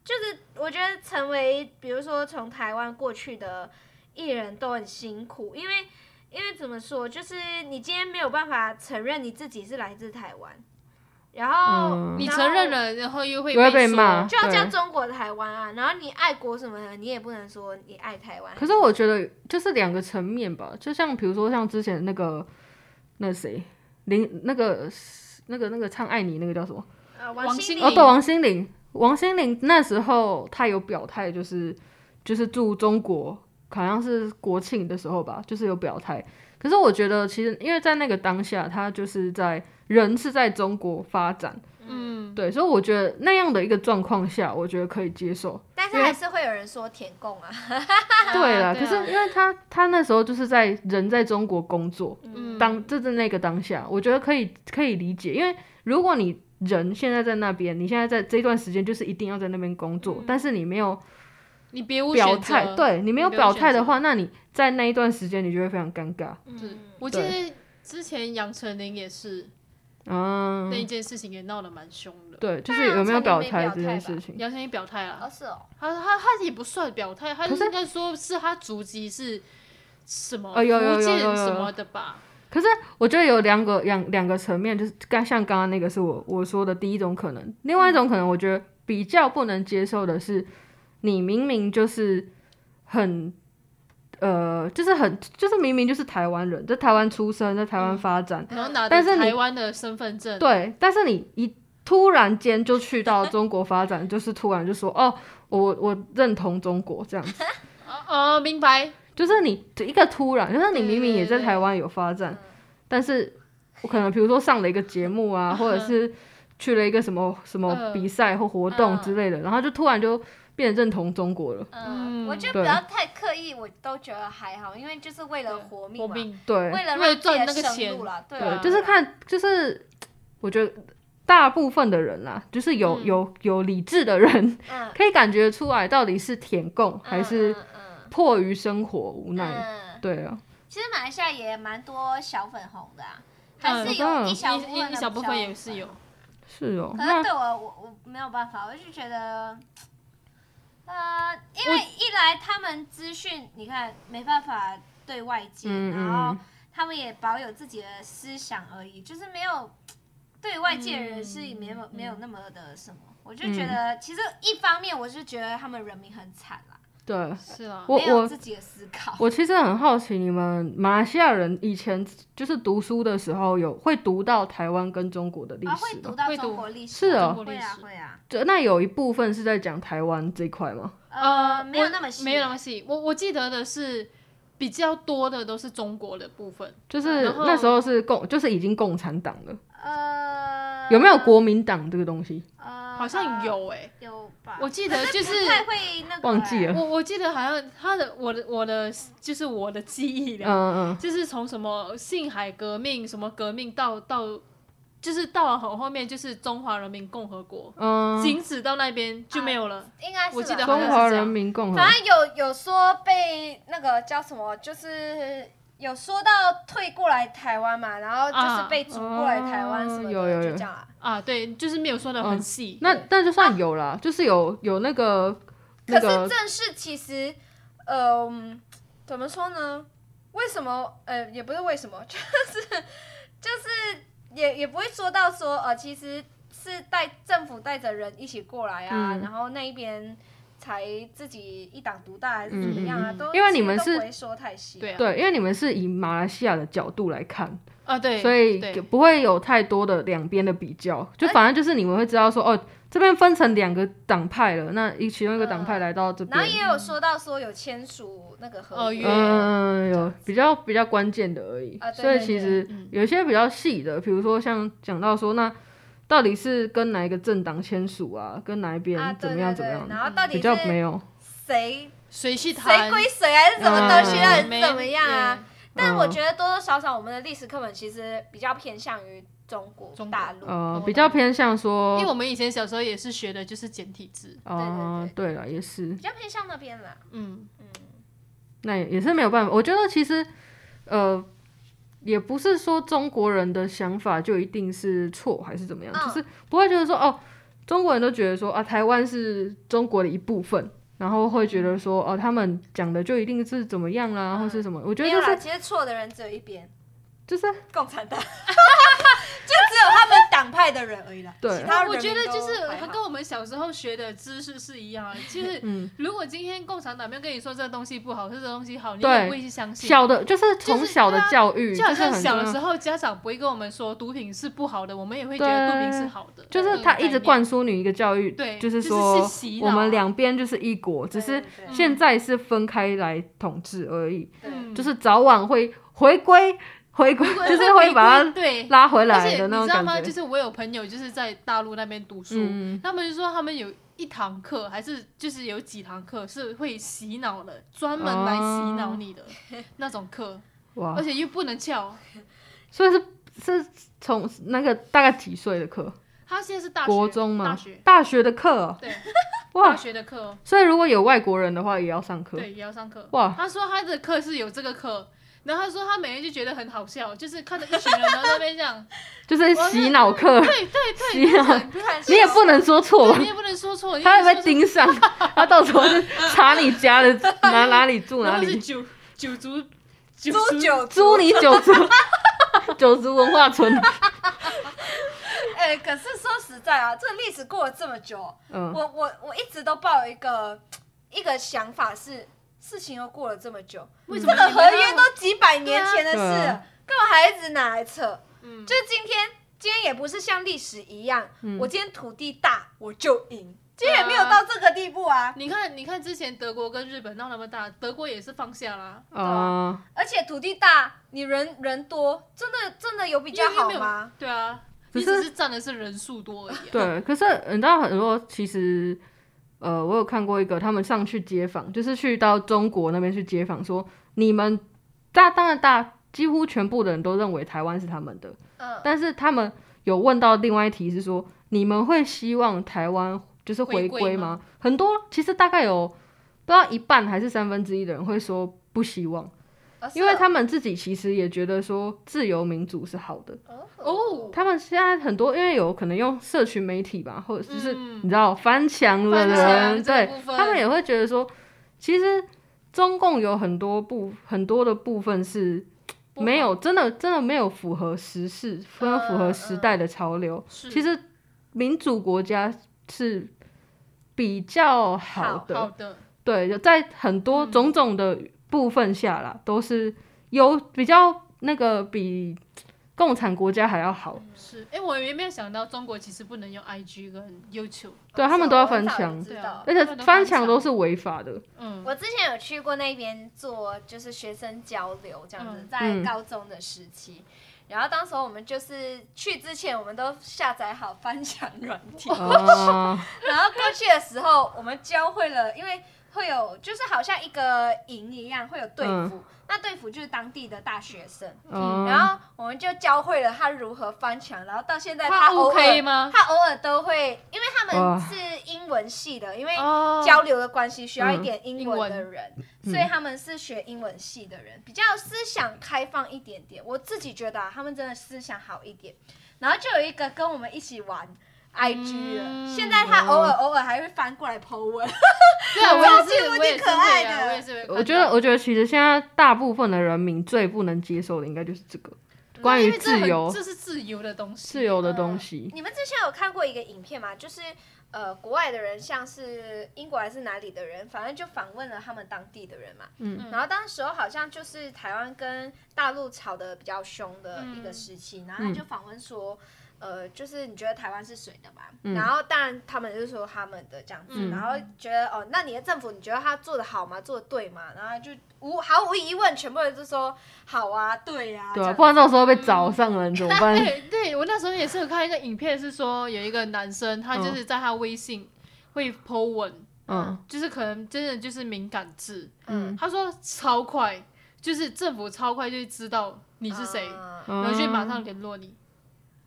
[SPEAKER 2] 就是我觉得成为，比如说从台湾过去的艺人都很辛苦，因为因为怎么说，就是你今天没有办法承认你自己是来自台湾，然后、
[SPEAKER 1] 嗯
[SPEAKER 3] 你
[SPEAKER 2] 然
[SPEAKER 3] 承认
[SPEAKER 2] 后
[SPEAKER 3] 了，然后又会
[SPEAKER 1] 也会被
[SPEAKER 3] 说
[SPEAKER 1] 骂
[SPEAKER 2] 就要叫
[SPEAKER 1] 对
[SPEAKER 2] 中国台湾啊，然后你爱国什么的，你也不能说你爱台湾。
[SPEAKER 1] 可是我觉得就是两个层面吧，就像比如说像之前那个那谁林那个那个那个唱爱你那个叫什么？
[SPEAKER 2] 呃，
[SPEAKER 3] 王
[SPEAKER 2] 王
[SPEAKER 3] 心
[SPEAKER 2] 心
[SPEAKER 3] 凌
[SPEAKER 1] 哦，
[SPEAKER 2] 凌
[SPEAKER 1] 对，王心凌，王心凌那时候她有表态，就是就是驻中国，好像是国庆的时候吧，就是有表态。可是我觉得，其实因为在那个当下，她就是在人是在中国发展，
[SPEAKER 3] 嗯，
[SPEAKER 1] 对，所以我觉得那样的一个状况下，我觉得可以接受。
[SPEAKER 2] 但是还是会有人说舔共啊，
[SPEAKER 1] 对
[SPEAKER 3] 啊
[SPEAKER 1] 啦，可是因为她她那时候就是在人在中国工作，
[SPEAKER 3] 嗯
[SPEAKER 1] 当这是那个当下，我觉得可以可以理解，因为如果你人现在在那边，你现在在这段时间就是一定要在那边工作，但是你没有
[SPEAKER 3] 你别无
[SPEAKER 1] 表
[SPEAKER 3] 嗯选
[SPEAKER 1] 态，
[SPEAKER 3] 择，
[SPEAKER 1] 对你没有
[SPEAKER 3] 你没有
[SPEAKER 1] 表态
[SPEAKER 3] 选择
[SPEAKER 1] 的话，那你在那一段时间你就会非常尴尬。
[SPEAKER 3] 是
[SPEAKER 2] 嗯，
[SPEAKER 3] 我记得之前杨丞琳也是
[SPEAKER 1] 嗯
[SPEAKER 3] 那，一件事情也闹得蛮凶的，
[SPEAKER 1] 对，就
[SPEAKER 2] 那
[SPEAKER 1] 是
[SPEAKER 2] 好
[SPEAKER 1] 有没有
[SPEAKER 2] 像
[SPEAKER 1] 表
[SPEAKER 2] 你没
[SPEAKER 1] 态
[SPEAKER 2] 表
[SPEAKER 1] 这件
[SPEAKER 2] 态
[SPEAKER 1] 事
[SPEAKER 2] 吧
[SPEAKER 1] 情。
[SPEAKER 3] 杨丞琳表态
[SPEAKER 2] 哦
[SPEAKER 3] 了，
[SPEAKER 2] 是哦，
[SPEAKER 3] 他他他也不算表态，他
[SPEAKER 1] 可是
[SPEAKER 3] 应该说是他足迹是什么
[SPEAKER 1] 哦有有有
[SPEAKER 3] 福建
[SPEAKER 1] 有有
[SPEAKER 3] 什么的吧，
[SPEAKER 1] 可是我觉得有两个两两个层面，就是刚像刚刚那个是我我说的第一种可能，另外一种可能我觉得比较不能接受的是，你明明就是很。呃，就是很，就是明明就是台湾人，在台湾出生，在台湾发展，
[SPEAKER 3] 然后拿着
[SPEAKER 1] 但是你
[SPEAKER 3] 台湾的身份证，
[SPEAKER 1] 对，但是你一突然间就去到中国发展，就是突然就说哦，我我认同中国这样子，
[SPEAKER 3] 哦哦，明白，
[SPEAKER 1] 就是你一个突然，就是你明明也在台湾有发展，
[SPEAKER 2] 嗯
[SPEAKER 1] 但是我可能比如说上了一个节目啊，或者是去了一个什么什么
[SPEAKER 3] 嗯
[SPEAKER 1] 比赛或活动之类的，然后就突然就变得认同中国了。
[SPEAKER 2] 嗯，
[SPEAKER 3] 嗯
[SPEAKER 2] 我觉得
[SPEAKER 1] 对
[SPEAKER 2] 不要太刻意，我都觉得还好，因为就是为了活命
[SPEAKER 3] 我
[SPEAKER 2] 嘛，
[SPEAKER 3] 命，
[SPEAKER 1] 对
[SPEAKER 2] 为了
[SPEAKER 3] 为
[SPEAKER 2] 让自
[SPEAKER 3] 了赚
[SPEAKER 2] 己
[SPEAKER 3] 那个
[SPEAKER 2] 的生
[SPEAKER 3] 钱
[SPEAKER 2] 路啦，对
[SPEAKER 3] 对
[SPEAKER 2] 啊，
[SPEAKER 1] 就是
[SPEAKER 2] 对啊
[SPEAKER 1] 看，就是我觉得大部分的人啦、啊就是有、
[SPEAKER 3] 嗯
[SPEAKER 1] 有有理智的人，
[SPEAKER 2] 嗯，
[SPEAKER 1] 可以感觉出来到底是舔共还是
[SPEAKER 2] 嗯嗯
[SPEAKER 1] 迫于生活无
[SPEAKER 2] 嗯
[SPEAKER 1] 奈。
[SPEAKER 2] 嗯，
[SPEAKER 1] 对啊，
[SPEAKER 2] 其实马来西亚也蛮多小粉红的啊，还是
[SPEAKER 3] 嗯
[SPEAKER 1] 当
[SPEAKER 2] 有
[SPEAKER 1] 然
[SPEAKER 2] 一小部分
[SPEAKER 3] 一
[SPEAKER 2] 的
[SPEAKER 3] 一小部分也
[SPEAKER 2] 粉
[SPEAKER 3] 是有，
[SPEAKER 1] 是哦。
[SPEAKER 2] 可
[SPEAKER 1] 那
[SPEAKER 2] 是呃对我，我我没有办法，我就觉得，呃，因为
[SPEAKER 3] 我
[SPEAKER 2] 一来他们资讯，你看没办法对外界，
[SPEAKER 1] 嗯
[SPEAKER 2] 然后
[SPEAKER 1] 嗯，
[SPEAKER 2] 他们也保有自己的思想而已，就是没有对外界人士也没有、
[SPEAKER 3] 嗯
[SPEAKER 2] 没有那么的什么。我就
[SPEAKER 1] 嗯
[SPEAKER 2] 觉得，其实一方面我是觉得他们人民很惨啦，
[SPEAKER 1] 对
[SPEAKER 3] 是啊，
[SPEAKER 1] 我
[SPEAKER 2] 没有
[SPEAKER 1] 我
[SPEAKER 2] 自己的思考。
[SPEAKER 1] 我其实很好奇，你们马来西亚人以前就是读书的时候有会读到台湾跟中国的历
[SPEAKER 2] 啊，会
[SPEAKER 1] 史
[SPEAKER 2] 读
[SPEAKER 1] 吗？
[SPEAKER 2] 到
[SPEAKER 3] 会读
[SPEAKER 2] 中国历史，
[SPEAKER 1] 是哦
[SPEAKER 3] 中国历
[SPEAKER 2] 会啊
[SPEAKER 3] 史。
[SPEAKER 2] 会啊，
[SPEAKER 1] 就那有一部分是在讲台湾这一块吗？
[SPEAKER 2] 呃，没有
[SPEAKER 3] 我
[SPEAKER 2] 那么细，
[SPEAKER 3] 没有那么细。我我记得的是比较多的都是中国的部分，
[SPEAKER 1] 就是
[SPEAKER 2] 嗯
[SPEAKER 3] 然后
[SPEAKER 1] 那时候是共，就是已经共产党了，
[SPEAKER 2] 呃，
[SPEAKER 1] 有没有国民党这个东西？
[SPEAKER 2] 呃，
[SPEAKER 3] 好像有哎、
[SPEAKER 2] 有吧？
[SPEAKER 3] 我记得
[SPEAKER 2] 可
[SPEAKER 3] 就 是
[SPEAKER 2] 不太会那个、
[SPEAKER 1] 忘记
[SPEAKER 2] 了。
[SPEAKER 1] 了，
[SPEAKER 3] 我我记得好像他的我的我的就是我的记忆
[SPEAKER 1] 嗯
[SPEAKER 3] 了，
[SPEAKER 1] 嗯
[SPEAKER 3] 就是从什么辛亥革命什么革命到到，就是到了很后面就是中华人民共和国，
[SPEAKER 1] 嗯，
[SPEAKER 3] 仅止到那边就没有了。
[SPEAKER 2] 哎应该是
[SPEAKER 3] 我记得
[SPEAKER 2] 吧
[SPEAKER 3] 好像
[SPEAKER 1] 中
[SPEAKER 3] 是
[SPEAKER 1] 华
[SPEAKER 3] 这样
[SPEAKER 1] 人民共和
[SPEAKER 2] 反正有有说被那个叫什么，就是有说到退过来台湾嘛，然后就是被逐过来台湾什么的，
[SPEAKER 1] 啊有有有
[SPEAKER 2] 就这样啦。
[SPEAKER 3] 啊，对，就是没有说的很细。
[SPEAKER 1] 那那就算有啦，就是有有那个那
[SPEAKER 2] 可
[SPEAKER 1] 个
[SPEAKER 2] 是正式其实，呃，嗯怎么说呢？为什么？呃，也不是为什么， 就是就是也也不会说到说呃，其实是带政府带着人一起过来啊，
[SPEAKER 1] 嗯
[SPEAKER 2] 然后那一边才自己一党独大还是怎么样啊？
[SPEAKER 3] 嗯嗯嗯
[SPEAKER 2] 都
[SPEAKER 1] 因为你们
[SPEAKER 2] 其实都
[SPEAKER 1] 是
[SPEAKER 2] 不会说太细，
[SPEAKER 3] 对啊
[SPEAKER 1] 对，因为你们是以马来西亚的角度来看，
[SPEAKER 3] 啊，对，
[SPEAKER 1] 所以
[SPEAKER 3] 对
[SPEAKER 1] 就不会有太多的两边的比较，就反正就是你们会知道说，哦，这边分成两个党派了，那一其中一个党派来到这
[SPEAKER 2] 嗯然后
[SPEAKER 1] 边，
[SPEAKER 2] 也有说到说有签署那个合
[SPEAKER 3] 哦
[SPEAKER 2] 约，
[SPEAKER 3] 约
[SPEAKER 1] 嗯，有比较比较关键的而已
[SPEAKER 2] 啊，对
[SPEAKER 1] 所以
[SPEAKER 2] 对
[SPEAKER 1] 其实
[SPEAKER 3] 嗯
[SPEAKER 1] 有一些比较细的，比如说像讲到说，那到底是跟哪一个政党签署啊，跟哪一
[SPEAKER 2] 啊，
[SPEAKER 1] 边怎
[SPEAKER 2] 对
[SPEAKER 1] 么样
[SPEAKER 2] 对
[SPEAKER 1] 怎么
[SPEAKER 2] 对
[SPEAKER 1] 样，，
[SPEAKER 2] 然后到底
[SPEAKER 1] 比较没
[SPEAKER 2] 是
[SPEAKER 1] 有，
[SPEAKER 2] 谁
[SPEAKER 3] 谁去
[SPEAKER 2] 谁
[SPEAKER 3] 谈？
[SPEAKER 2] 归谁还是什么东西，
[SPEAKER 1] 嗯
[SPEAKER 2] 到底
[SPEAKER 3] 没
[SPEAKER 2] 是怎么样啊？？但
[SPEAKER 1] 嗯
[SPEAKER 2] 我觉得多多少少我们的历史课本其实比较偏向于中国
[SPEAKER 3] 中国
[SPEAKER 2] 大陆，
[SPEAKER 1] 呃
[SPEAKER 3] 懂，
[SPEAKER 1] 比较
[SPEAKER 3] 懂
[SPEAKER 1] 偏向说
[SPEAKER 3] 因为我们以前小时候也是学的就是简体字，
[SPEAKER 1] 啊，对了，也是
[SPEAKER 2] 比，较偏向那边啦。
[SPEAKER 3] 嗯，
[SPEAKER 2] 嗯，
[SPEAKER 1] 那也也是没有办法。我觉得其实，呃，也不是说中国人的想法就一定是错还是怎么样，
[SPEAKER 2] 嗯
[SPEAKER 1] 就是不会觉得说哦，中国人都觉得说啊，台湾是中国的一部分，然后会觉
[SPEAKER 3] 嗯
[SPEAKER 1] 得说哦，他们讲的就一定是怎么样啦，
[SPEAKER 2] 嗯
[SPEAKER 1] 或是什么。我觉
[SPEAKER 2] 没
[SPEAKER 1] 得
[SPEAKER 2] 有
[SPEAKER 1] 就
[SPEAKER 2] 啦，
[SPEAKER 1] 是
[SPEAKER 2] 其实错的人只有一边，
[SPEAKER 1] 就是
[SPEAKER 2] 共产党，就 只有他们党派的人而已啦。
[SPEAKER 1] 对
[SPEAKER 2] 其他人
[SPEAKER 3] 我
[SPEAKER 2] 民
[SPEAKER 3] 觉得
[SPEAKER 2] 都
[SPEAKER 3] 就是
[SPEAKER 2] 还好
[SPEAKER 3] 跟我们小时候学的知识是一样的，就是
[SPEAKER 1] 嗯，
[SPEAKER 3] 如果今天共产党没有跟你说这个东西不好，是这个东西好，你
[SPEAKER 1] 对
[SPEAKER 3] 也不会去相信。
[SPEAKER 1] 小的就是从小的
[SPEAKER 3] 对啊
[SPEAKER 1] 教育，
[SPEAKER 3] 就好
[SPEAKER 1] 是
[SPEAKER 3] 像
[SPEAKER 1] 很
[SPEAKER 3] 小的
[SPEAKER 1] 重
[SPEAKER 3] 时
[SPEAKER 1] 要。
[SPEAKER 3] 候，家长不会跟我们说毒品是不好的，我们也会觉得毒
[SPEAKER 1] 对
[SPEAKER 3] 品是好的。
[SPEAKER 1] 就是他一直灌输你一个教育，
[SPEAKER 3] 对，
[SPEAKER 1] 就是
[SPEAKER 3] 是
[SPEAKER 1] 说
[SPEAKER 3] 洗脑
[SPEAKER 1] 我
[SPEAKER 3] 啊
[SPEAKER 1] 们两边就是一国，只
[SPEAKER 2] 对
[SPEAKER 1] 是
[SPEAKER 2] 对对
[SPEAKER 1] 现在是分开来统治而已，
[SPEAKER 2] 对
[SPEAKER 3] 嗯
[SPEAKER 1] 就是早晚会回归，回归 就是会把它
[SPEAKER 3] 对
[SPEAKER 1] 拉回
[SPEAKER 3] 而
[SPEAKER 1] 来
[SPEAKER 3] 且
[SPEAKER 1] 的那
[SPEAKER 3] 你
[SPEAKER 1] 种
[SPEAKER 3] 知道吗？
[SPEAKER 1] 感
[SPEAKER 3] 就
[SPEAKER 1] 觉。
[SPEAKER 3] 是我有朋友就是在大陆那边读书，
[SPEAKER 1] 嗯，
[SPEAKER 3] 他们就说他们有一堂课，还是就是有几堂课是会洗脑的，专门来洗脑你的
[SPEAKER 1] 啊
[SPEAKER 3] 那种课，
[SPEAKER 1] 哇
[SPEAKER 3] 而，且又不能翘。
[SPEAKER 1] 所以是是从那个大概几岁的课？
[SPEAKER 3] 他现在是大学
[SPEAKER 1] 国中
[SPEAKER 3] 大
[SPEAKER 1] 吗
[SPEAKER 3] 学？
[SPEAKER 1] 大学的课哦，
[SPEAKER 3] 对大
[SPEAKER 1] 哇！
[SPEAKER 3] 学的课哦，
[SPEAKER 1] 所以如果有外国人的话，也要上课。
[SPEAKER 3] 对也要上课。
[SPEAKER 1] 哇，
[SPEAKER 3] 他说他的课是有这个课。然后他说他每天就觉得很好笑，就是看着一群人然后在那边这 样，
[SPEAKER 1] 就是洗脑课，
[SPEAKER 3] 对对 对，
[SPEAKER 1] 洗脑，你也不能说错
[SPEAKER 3] 对
[SPEAKER 1] 吧
[SPEAKER 3] 你？也不能说错，你
[SPEAKER 1] 啊他会被
[SPEAKER 3] 也不能说错
[SPEAKER 1] 盯 上，他到时候就查你家的哪哪里住哪
[SPEAKER 3] 然后是
[SPEAKER 1] 里，
[SPEAKER 3] 九九族
[SPEAKER 2] 诛
[SPEAKER 3] 九族
[SPEAKER 2] 九
[SPEAKER 1] 租
[SPEAKER 2] 族。
[SPEAKER 1] 你九 族九族文化村。
[SPEAKER 2] 哎，可是说实在啊，这个历史过了这么久，
[SPEAKER 1] 嗯，
[SPEAKER 2] 我我我一直都抱有一个一个想法是，事情又过了这么久，
[SPEAKER 3] 为什
[SPEAKER 2] 这
[SPEAKER 3] 么
[SPEAKER 2] 个
[SPEAKER 3] 你们
[SPEAKER 2] 合
[SPEAKER 3] 要
[SPEAKER 2] 约都几百年前的事
[SPEAKER 1] 对啊
[SPEAKER 2] 了，干嘛还一直拿来扯？
[SPEAKER 3] 嗯
[SPEAKER 2] 就今天，今天也不是像历史一样，
[SPEAKER 1] 嗯
[SPEAKER 2] 我今天土地大我就赢，今天也没有
[SPEAKER 3] 对啊
[SPEAKER 2] 到这个地步啊。
[SPEAKER 3] 你看，你看之前德国跟日本闹那么大，德国也是放下啦，
[SPEAKER 1] 啊，
[SPEAKER 2] 而且土地大，你人人多，真的真的有比较好吗？？
[SPEAKER 3] 因为因为没有对啊，
[SPEAKER 1] 只
[SPEAKER 3] 你
[SPEAKER 1] 是
[SPEAKER 3] 只是占的是人数多而已、啊。
[SPEAKER 1] 对。可是你知道很多其实，呃，我有看过一个，他们上去街访，就是去到中国那边去街访，说你们大当然大，几乎全部的人都认为台湾是他们的，
[SPEAKER 2] 嗯，
[SPEAKER 1] 但是他们有问到另外一题是说，你们会希望台湾就是回
[SPEAKER 3] 回
[SPEAKER 1] 归
[SPEAKER 3] 归
[SPEAKER 1] 吗
[SPEAKER 3] 吗？
[SPEAKER 1] 很多其实大概有不知道一半还是三分之一的人会说不希望，
[SPEAKER 2] 啊是
[SPEAKER 1] 因为
[SPEAKER 2] 哦
[SPEAKER 1] 他们自己其实也觉得说自由民主是好的。
[SPEAKER 3] 哦
[SPEAKER 1] 他们现在很多因为有可能用社群媒体吧，或者就是、
[SPEAKER 3] 嗯
[SPEAKER 1] 你知道翻墙的人，
[SPEAKER 3] 翻墙这
[SPEAKER 1] 对
[SPEAKER 3] 个部分
[SPEAKER 1] 他们也会觉得说，其实中共有很多部很多的部分是
[SPEAKER 3] 不好嗯
[SPEAKER 1] 没有真的真的没有符合时事，没有符合时代的潮流。
[SPEAKER 3] 是
[SPEAKER 1] 其实民主国家是比较好的，
[SPEAKER 3] 好的，
[SPEAKER 1] 对，有在很多
[SPEAKER 3] 嗯
[SPEAKER 1] 种种的部分下啦，都是有比较那个比共产国家还要
[SPEAKER 2] 哦
[SPEAKER 1] 好。
[SPEAKER 3] 是哎、诶我也没有想到中国其实不能用 IG 跟 YouTube，
[SPEAKER 1] 对
[SPEAKER 2] 哦
[SPEAKER 1] 他们
[SPEAKER 2] 是哦
[SPEAKER 1] 都要
[SPEAKER 2] 我
[SPEAKER 1] 翻
[SPEAKER 2] 很早就
[SPEAKER 1] 墙
[SPEAKER 2] 知道
[SPEAKER 1] 而且
[SPEAKER 3] 他们都
[SPEAKER 1] 翻
[SPEAKER 3] 翻
[SPEAKER 1] 墙
[SPEAKER 3] 墙
[SPEAKER 1] 都是违法 的，
[SPEAKER 3] 嗯，
[SPEAKER 2] 我之前有去过那边做，就是学生交流这样子，
[SPEAKER 3] 嗯
[SPEAKER 2] 在高中的时期。然后当时候我们就是去之前，我们都下载好翻墙软体，
[SPEAKER 1] 啊，
[SPEAKER 2] 然后过去的时候，我们教会了，因为会有就是好像一个营一样，会有队服，那队服就是当地的大学生，
[SPEAKER 1] 嗯
[SPEAKER 2] 然后我们就教会了他如何翻墙，然后到现在
[SPEAKER 3] 他
[SPEAKER 2] 偶尔
[SPEAKER 3] OK 吗
[SPEAKER 2] 他偶尔都会，因为他们
[SPEAKER 1] 哇
[SPEAKER 2] 是英文系的，因为
[SPEAKER 3] 哦嗯
[SPEAKER 2] 交流的关系需要一
[SPEAKER 1] 嗯
[SPEAKER 2] 点英
[SPEAKER 3] 英
[SPEAKER 2] 文
[SPEAKER 3] 文
[SPEAKER 2] 的人，所以他们是学英文系的人，比较思想开放一点点。我自己觉得、啊、他们真的思想好一点。然后就有一个跟我们一起玩 IG 的，
[SPEAKER 3] 嗯
[SPEAKER 2] 现在他偶尔偶尔还会翻过来 po 文，
[SPEAKER 3] 对啊，我
[SPEAKER 2] 超级
[SPEAKER 3] 也是，
[SPEAKER 2] 无敌
[SPEAKER 3] 我也是
[SPEAKER 2] 可爱
[SPEAKER 3] 会
[SPEAKER 2] 的
[SPEAKER 3] 啊，我也是会看到。
[SPEAKER 1] 我觉得，我觉得其实现在大部分的人民最不能接受的应该就是这个关
[SPEAKER 3] 因
[SPEAKER 1] 于
[SPEAKER 3] 为这
[SPEAKER 1] 自
[SPEAKER 3] 很
[SPEAKER 1] 由、
[SPEAKER 3] 这是自呃由的东西，
[SPEAKER 1] 自由的东西。
[SPEAKER 2] 你们之前有看过一个影片吗？就是呃，国外的人，像是英国还是哪里的人，反正就访问了他们当地的人嘛。
[SPEAKER 1] 嗯
[SPEAKER 2] 然后当时候好像就是台湾跟大陆吵得比较凶的一个时期，
[SPEAKER 1] 嗯
[SPEAKER 2] 然后他就访问说。呃，就是你觉得台湾是水的嘛？然后当然他们就说他们的这样子，
[SPEAKER 1] 嗯
[SPEAKER 2] 然后觉得哦，那你的政府你觉得他做的好吗？做的对吗？然后就无毫无疑问，全部人都说好啊，对呀、啊，
[SPEAKER 1] 对
[SPEAKER 2] 这
[SPEAKER 1] 啊，
[SPEAKER 2] 样
[SPEAKER 1] 不然到时候
[SPEAKER 3] 嗯
[SPEAKER 1] 被找上了你怎么 办？
[SPEAKER 3] 对哎对，我那时候也是有看一个影片，是说有一个男生，他就是在他微信会 po 文，
[SPEAKER 1] 嗯
[SPEAKER 3] 就是可能真的就是敏感字，
[SPEAKER 1] 嗯，
[SPEAKER 3] 他说超快，就是政府超快就知道你是谁，
[SPEAKER 2] 啊
[SPEAKER 1] 嗯
[SPEAKER 3] 然后就马上啊联络你，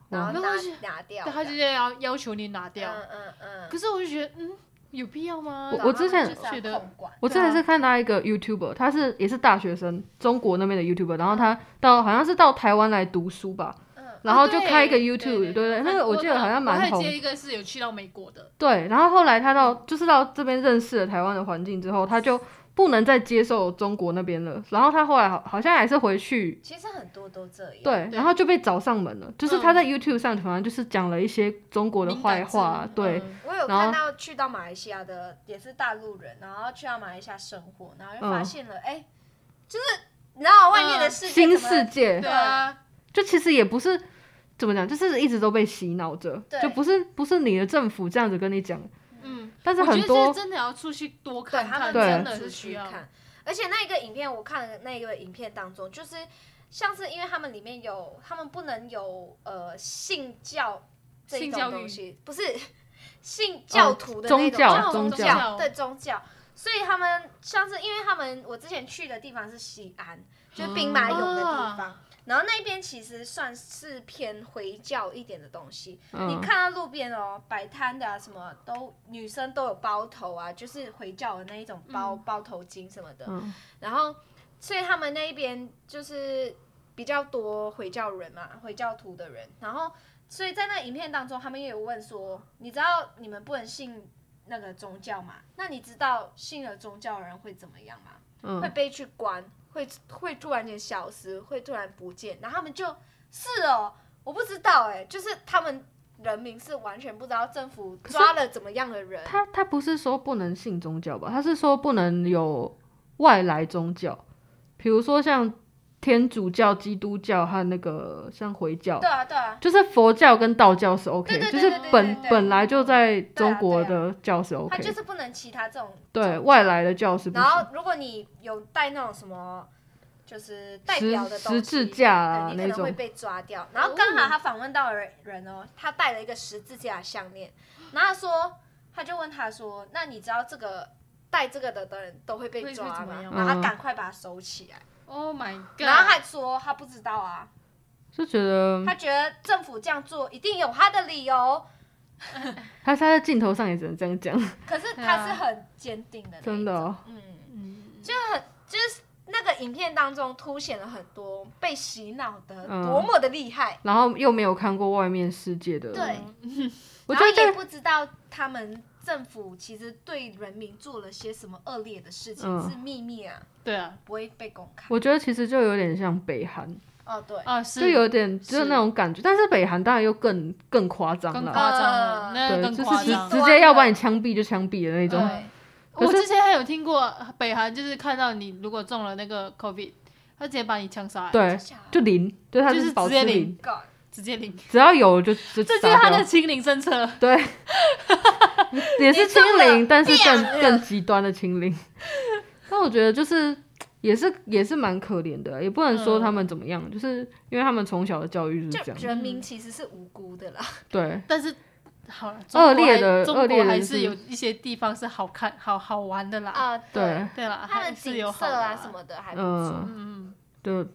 [SPEAKER 2] 然后
[SPEAKER 3] 哇
[SPEAKER 2] 拿
[SPEAKER 3] 那他
[SPEAKER 2] 拿掉这样，
[SPEAKER 3] 对他直接要要求你拿掉。
[SPEAKER 2] 嗯嗯嗯。
[SPEAKER 3] 可是我就觉得，嗯，有必要吗？
[SPEAKER 1] 我我之前
[SPEAKER 2] 觉得控管，
[SPEAKER 1] 我之前是看到一个 YouTuber，他是也是大学生，中国那边的 YouTuber，然后他到好像是到台湾来读书吧，
[SPEAKER 2] 嗯，
[SPEAKER 1] 然后就
[SPEAKER 3] 对
[SPEAKER 1] 开一个
[SPEAKER 3] 啊哦对
[SPEAKER 1] YouTube，对
[SPEAKER 3] 对
[SPEAKER 1] 对，那个我记得好像
[SPEAKER 3] 我
[SPEAKER 1] 蛮
[SPEAKER 3] 还有
[SPEAKER 1] 红
[SPEAKER 3] 接一个是有去到美国的，
[SPEAKER 1] 对，然后后来他到就是到这边认识了台湾的环境之后，他就不能再接受中国那边了。然后他后来好好像还是回去，
[SPEAKER 2] 其实很多都这样。
[SPEAKER 1] 对，
[SPEAKER 3] 对嗯
[SPEAKER 1] 然后就被找上门了。就是他在 YouTube 上好像就是讲了一些中国的
[SPEAKER 3] 敏
[SPEAKER 1] 坏
[SPEAKER 3] 感字
[SPEAKER 1] 话，对，
[SPEAKER 3] 嗯
[SPEAKER 2] 我有
[SPEAKER 1] 然
[SPEAKER 2] 看
[SPEAKER 1] 后
[SPEAKER 2] 到去到马来西亚的也是大陆人，然后去到马来西亚生活，然后就
[SPEAKER 1] 嗯
[SPEAKER 2] 发现了，哎、就是然后外面的世界
[SPEAKER 1] 啊新
[SPEAKER 2] 怎么
[SPEAKER 1] 世界
[SPEAKER 3] 对啊，
[SPEAKER 1] 就其实也不是怎么讲，就是一直都被洗脑着
[SPEAKER 2] 对，
[SPEAKER 1] 就不是不是你的政府这样子跟你讲，
[SPEAKER 3] 嗯，
[SPEAKER 1] 但是
[SPEAKER 3] 我觉
[SPEAKER 1] 很
[SPEAKER 3] 得
[SPEAKER 1] 多
[SPEAKER 3] 这真的要出去多
[SPEAKER 2] 对
[SPEAKER 3] 看
[SPEAKER 2] 他们
[SPEAKER 3] 看，
[SPEAKER 1] 对
[SPEAKER 3] 真
[SPEAKER 2] 真
[SPEAKER 3] 的
[SPEAKER 2] 的
[SPEAKER 3] 是
[SPEAKER 2] 是
[SPEAKER 3] 需
[SPEAKER 2] 去
[SPEAKER 3] 要。
[SPEAKER 2] 看，而且那一个影片我看的那个影片当中，就是像是因为他们里面有他们不能有呃信教这一
[SPEAKER 3] 性
[SPEAKER 2] 种
[SPEAKER 3] 教
[SPEAKER 2] 东
[SPEAKER 3] 育哦
[SPEAKER 2] 西，不是信教徒的那种
[SPEAKER 1] 宗教
[SPEAKER 3] 宗
[SPEAKER 2] 教
[SPEAKER 3] 教
[SPEAKER 2] 对宗教，所以他们像是因为他们我之前去的地方是西安，就是兵马俑的地
[SPEAKER 3] 啊
[SPEAKER 2] 方。然后那边其实算是偏回教一点的东西，你
[SPEAKER 1] 嗯
[SPEAKER 2] 看到路边哦摆摊的、啊、什么都女生都有包头啊，就是回教的那一种包、包头巾什么的。
[SPEAKER 1] 嗯
[SPEAKER 2] 然后，所以他们那一边就是比较多回教人嘛，回教徒的人。然后，所以在那影片当中，他们也有问说，你知道你们不能信那个宗教嘛？那你知道信了宗教的人会怎么样吗？会
[SPEAKER 1] 嗯，
[SPEAKER 2] 被去关，会会突然间消失，会突然不见。然后他们就是哦，我不知道哎、就是他们人民是完全不知道政府抓了怎么样的人。
[SPEAKER 1] 他他不是说不能信宗教吧？他是说不能有外来宗教，比如说像天主教、基督教和那个像回教
[SPEAKER 2] 对，啊，对啊，
[SPEAKER 1] 就是佛教跟道教是 OK，
[SPEAKER 2] 对对
[SPEAKER 1] 就
[SPEAKER 2] 对
[SPEAKER 1] 是
[SPEAKER 2] 对对
[SPEAKER 1] 本
[SPEAKER 2] 对对
[SPEAKER 1] 本来就在
[SPEAKER 2] 对
[SPEAKER 1] 中
[SPEAKER 2] 啊
[SPEAKER 1] 国
[SPEAKER 2] 对
[SPEAKER 1] 的教是
[SPEAKER 2] 他
[SPEAKER 1] OK，
[SPEAKER 2] 就是不能其他这种
[SPEAKER 1] 对外来的教是不
[SPEAKER 2] 然
[SPEAKER 1] 行，
[SPEAKER 2] 后，如果你有带那种什么，就是代表
[SPEAKER 1] 十
[SPEAKER 2] 的东西，
[SPEAKER 1] 十字架啊
[SPEAKER 2] 对，你
[SPEAKER 1] 那
[SPEAKER 2] 可能会
[SPEAKER 1] 种，哦
[SPEAKER 2] 被抓掉。然后刚好他访问到的人哦，他戴了一个十字架的项链，然后他说，他就问他说，那你知道这个戴这个的的人都会被
[SPEAKER 3] 会会
[SPEAKER 2] 抓
[SPEAKER 3] 怎么
[SPEAKER 2] 吗？
[SPEAKER 3] 样
[SPEAKER 2] 然后他
[SPEAKER 1] 嗯
[SPEAKER 2] 赶快把它收起
[SPEAKER 1] 哦
[SPEAKER 2] 来。
[SPEAKER 3] Oh my god！
[SPEAKER 2] 然后他还说他不知道啊，
[SPEAKER 1] 就觉得
[SPEAKER 2] 他觉得政府这样做一定有他的理由，
[SPEAKER 1] 他他在镜头上也只能这样讲，
[SPEAKER 2] 可是
[SPEAKER 3] 对
[SPEAKER 2] 他
[SPEAKER 3] 啊
[SPEAKER 2] 是很坚定的那一种，
[SPEAKER 1] 真的哦
[SPEAKER 2] 嗯。
[SPEAKER 3] 嗯，
[SPEAKER 2] 就很就是那个影片当中凸显了很多被洗脑的
[SPEAKER 1] 嗯
[SPEAKER 2] 多么的厉害，
[SPEAKER 1] 然后又没有看过外面世界的，
[SPEAKER 2] 对，
[SPEAKER 1] 我
[SPEAKER 2] 然
[SPEAKER 1] 觉得
[SPEAKER 2] 后也
[SPEAKER 1] 这
[SPEAKER 2] 不知道他们政府其实对人民做了些什么恶劣的事情、
[SPEAKER 1] 嗯
[SPEAKER 2] 是秘密啊，
[SPEAKER 3] 对啊，
[SPEAKER 2] 不会被公开。
[SPEAKER 1] 我觉得其实就有点像北韩，
[SPEAKER 2] 哦，对，
[SPEAKER 3] 啊
[SPEAKER 1] 就是有点就是
[SPEAKER 3] 是
[SPEAKER 1] 那种感觉，但是北韩当然又更更夸张
[SPEAKER 3] 更
[SPEAKER 1] 了，
[SPEAKER 3] 夸张了，
[SPEAKER 2] 嗯
[SPEAKER 3] 那
[SPEAKER 1] 对，
[SPEAKER 3] 更
[SPEAKER 1] 就
[SPEAKER 3] 夸
[SPEAKER 1] 是直
[SPEAKER 3] 张。
[SPEAKER 1] 直接要把你枪毙就枪毙的那种，
[SPEAKER 2] 对，
[SPEAKER 1] 可
[SPEAKER 3] 我
[SPEAKER 1] 是
[SPEAKER 3] 之前还有听过北韩，就是看到你如果中了那个 COVID，他直接把你枪杀欸，
[SPEAKER 1] 对
[SPEAKER 2] 真，假
[SPEAKER 1] 就零，对，他
[SPEAKER 3] 就是
[SPEAKER 1] 是保
[SPEAKER 3] 直
[SPEAKER 1] 持
[SPEAKER 3] 接零
[SPEAKER 1] 零，
[SPEAKER 2] God，
[SPEAKER 3] 直接零。
[SPEAKER 1] 只要有就就
[SPEAKER 3] 这就是
[SPEAKER 1] 杀
[SPEAKER 3] 他
[SPEAKER 1] 掉
[SPEAKER 3] 的清零政策，
[SPEAKER 1] 对，也是清
[SPEAKER 2] 中了
[SPEAKER 1] 零，但是
[SPEAKER 2] 两
[SPEAKER 1] 更
[SPEAKER 2] 个
[SPEAKER 1] 更极端的清零。但我觉得就是也是也是蛮可怜的，啊也不能说他们怎么样，就是因为他们从小的教育就是这样，
[SPEAKER 2] 就人民其实是无辜的啦。
[SPEAKER 1] 对，
[SPEAKER 3] 但是好了，中国
[SPEAKER 1] 恶劣
[SPEAKER 3] 还
[SPEAKER 1] 的
[SPEAKER 3] 中
[SPEAKER 1] 恶劣
[SPEAKER 3] 国
[SPEAKER 1] 的
[SPEAKER 3] 还
[SPEAKER 1] 就是
[SPEAKER 3] 有一些地方是好看、好好玩的 啦。
[SPEAKER 2] 啊，
[SPEAKER 1] 嗯对，
[SPEAKER 3] 对啦，
[SPEAKER 2] 它的
[SPEAKER 3] 还是
[SPEAKER 2] 景
[SPEAKER 3] 有
[SPEAKER 2] 色
[SPEAKER 3] 好的
[SPEAKER 2] 啊
[SPEAKER 3] 啦
[SPEAKER 2] 什。么的还不错。
[SPEAKER 1] 嗯，
[SPEAKER 3] 嗯
[SPEAKER 1] 就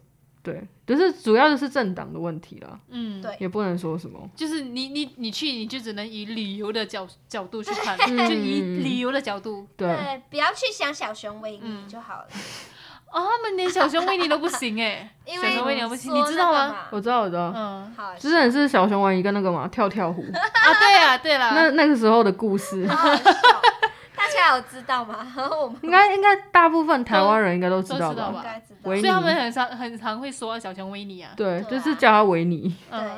[SPEAKER 1] 对，就是主要就是政党的问题啦，
[SPEAKER 3] 嗯，
[SPEAKER 2] 对
[SPEAKER 1] 也不能说什么，
[SPEAKER 3] 就是你你你去，你就只能以旅游的角角度去看，
[SPEAKER 1] 嗯
[SPEAKER 3] 就以旅游的角度。
[SPEAKER 1] 对，
[SPEAKER 2] 对，啊不要去想小熊维尼
[SPEAKER 3] 嗯
[SPEAKER 2] 就好了，
[SPEAKER 3] 哦，他们连小熊维尼都不行 哎，
[SPEAKER 2] 因
[SPEAKER 3] 小
[SPEAKER 2] 为
[SPEAKER 3] 熊维尼都不行，
[SPEAKER 2] 说
[SPEAKER 3] 你知道
[SPEAKER 2] 那个
[SPEAKER 3] 吗？
[SPEAKER 2] 嘛
[SPEAKER 1] 我知道我知道，
[SPEAKER 3] 嗯
[SPEAKER 2] 好，
[SPEAKER 1] 之前是小熊玩一个那个嘛跳跳虎，
[SPEAKER 3] 啊，对啊对
[SPEAKER 1] 那
[SPEAKER 3] 啦，
[SPEAKER 1] 那个时候的故 事，
[SPEAKER 2] 好好笑大家有知道吗？ 我们
[SPEAKER 1] 应该应该大部分台湾人应该都知
[SPEAKER 3] 都
[SPEAKER 1] 道
[SPEAKER 3] 知
[SPEAKER 1] 吧？
[SPEAKER 3] 道
[SPEAKER 2] 应
[SPEAKER 3] 吧
[SPEAKER 2] 该知道。
[SPEAKER 1] 维
[SPEAKER 3] 所
[SPEAKER 1] 尼
[SPEAKER 3] 以他们很常很常会说小熊维尼啊。
[SPEAKER 1] 对，
[SPEAKER 2] 对啊
[SPEAKER 1] 就是叫他维尼。
[SPEAKER 3] 嗯
[SPEAKER 2] 对，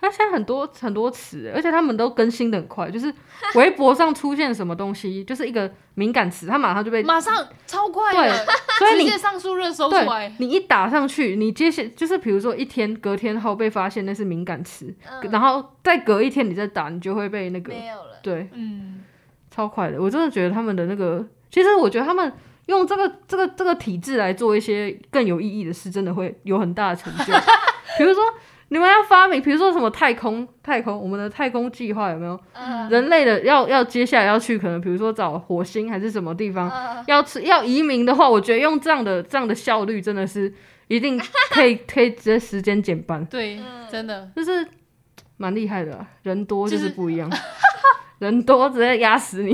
[SPEAKER 1] 他现在很多很多词，而且他们都更新的很快， 就是微博上出现什么东西，就是一个敏感词，他马上就被，
[SPEAKER 3] 马上超快的，
[SPEAKER 1] 所以
[SPEAKER 3] 直
[SPEAKER 1] 你
[SPEAKER 3] 接上速热搜出
[SPEAKER 1] 对
[SPEAKER 3] 来。
[SPEAKER 1] 你一打上去，你接下就是比如说一天，隔天后被发现那是敏感词，
[SPEAKER 2] 嗯
[SPEAKER 1] 然后再隔一天你再打，你就会被那个
[SPEAKER 2] 没有了。
[SPEAKER 1] 对，
[SPEAKER 3] 嗯，
[SPEAKER 1] 超快的。我真的觉得他们的那个，其实我觉得他们用这个这个这个体制来做一些更有意义的事，真的会有很大的成就。 比如说，你们要发明，比如说什么太空太空，我们的太空计划有没有？
[SPEAKER 2] 嗯
[SPEAKER 1] 人类的要要接下来要去，可能比如说找火星还是什么地方，
[SPEAKER 2] 嗯
[SPEAKER 1] 要吃要移民的话，我觉得用这样的这样的效率，真的是一定 可以可以直接时间减半，
[SPEAKER 3] 对
[SPEAKER 2] 嗯，
[SPEAKER 3] 真的。
[SPEAKER 1] 就是蛮厉害的啊、人多就
[SPEAKER 3] 就是是
[SPEAKER 1] 不一样，人多直接压死你。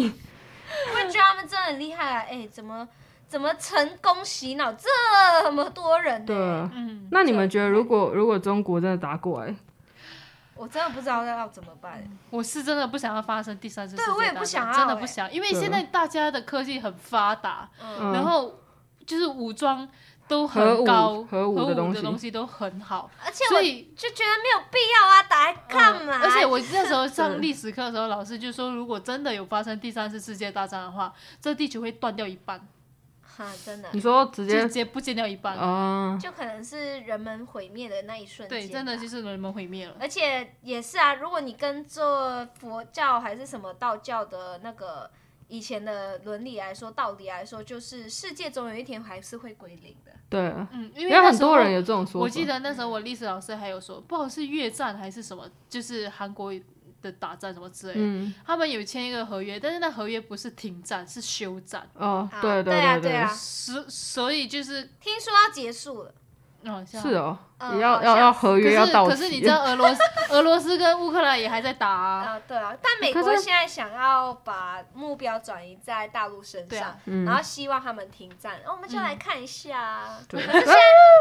[SPEAKER 2] 我觉得他们真的很厉害啊！哎，怎么怎么成功洗脑这么多人
[SPEAKER 1] 对
[SPEAKER 2] 呢？
[SPEAKER 1] 啊，
[SPEAKER 3] 嗯，
[SPEAKER 1] 那你们觉得如果如果中国真的打过来，
[SPEAKER 2] 我真的不知道要怎么办。
[SPEAKER 3] 我是真的不想要发生第三次世界
[SPEAKER 2] 对
[SPEAKER 3] 大战，
[SPEAKER 2] 我也不想要
[SPEAKER 3] 真的
[SPEAKER 2] 欸
[SPEAKER 3] 不想，因为
[SPEAKER 1] 对
[SPEAKER 3] 现在大家的科技很发达，
[SPEAKER 2] 嗯，
[SPEAKER 1] 嗯
[SPEAKER 3] 然后就是武装都
[SPEAKER 1] 核
[SPEAKER 3] 很
[SPEAKER 1] 武
[SPEAKER 3] 高，
[SPEAKER 1] 核武
[SPEAKER 3] 武
[SPEAKER 1] 的
[SPEAKER 3] 的
[SPEAKER 1] 东西
[SPEAKER 3] 东西都很好，
[SPEAKER 2] 而且我
[SPEAKER 3] 所以。
[SPEAKER 2] 就觉得没有必要啊，打来干嘛？
[SPEAKER 3] 而且我那时候 上历史课的时候，老师就说，如果真的有发生第三次世界大战的话，这地球会断掉一半，
[SPEAKER 2] 哈，真的
[SPEAKER 1] 你说直
[SPEAKER 3] 就
[SPEAKER 1] 接
[SPEAKER 3] 直接不见掉一半。
[SPEAKER 1] 啊、
[SPEAKER 2] 就可能是人们毁灭的那一瞬间吧。啊
[SPEAKER 3] 对，真的就是人们毁灭了。
[SPEAKER 2] 而且也是啊，如果你跟做佛教还是什么道教的那个以前的伦理来说、道理来说，就是世界总有一天还是会归零的。
[SPEAKER 1] 对啊，
[SPEAKER 3] 嗯，因
[SPEAKER 1] 因
[SPEAKER 3] 为
[SPEAKER 1] 为
[SPEAKER 3] 那
[SPEAKER 1] 很
[SPEAKER 3] 时候
[SPEAKER 1] 多人有这种说法。
[SPEAKER 3] 我记得那时候我历史老师还有说，不好是越战还是什么，就是韩国的打仗什么之类的。
[SPEAKER 1] 嗯，
[SPEAKER 3] 他们有签一个合约，但是那合约不是停战，是休战，
[SPEAKER 1] 哦，
[SPEAKER 2] 啊
[SPEAKER 1] 对
[SPEAKER 2] 对啊
[SPEAKER 1] 对
[SPEAKER 2] 对啊
[SPEAKER 3] 所所以就是，
[SPEAKER 2] 听说要结束了，
[SPEAKER 3] 嗯，像
[SPEAKER 1] 是哦，
[SPEAKER 2] 嗯
[SPEAKER 1] 也要
[SPEAKER 2] 好
[SPEAKER 1] 要
[SPEAKER 2] 像
[SPEAKER 1] 要合
[SPEAKER 3] 可
[SPEAKER 1] 约要
[SPEAKER 3] 是
[SPEAKER 1] 到
[SPEAKER 3] 可
[SPEAKER 1] 期。
[SPEAKER 3] 是你知道 俄罗斯俄罗斯跟乌克兰也还在打啊，
[SPEAKER 2] 啊，对啊，但美
[SPEAKER 1] 可
[SPEAKER 2] 国
[SPEAKER 1] 是
[SPEAKER 2] 现在想要把目标转移在大陆身
[SPEAKER 3] 对
[SPEAKER 2] 上
[SPEAKER 3] 啊，
[SPEAKER 1] 嗯
[SPEAKER 2] 然后希望他们停战，哦我们就来看一下啊。
[SPEAKER 1] 对，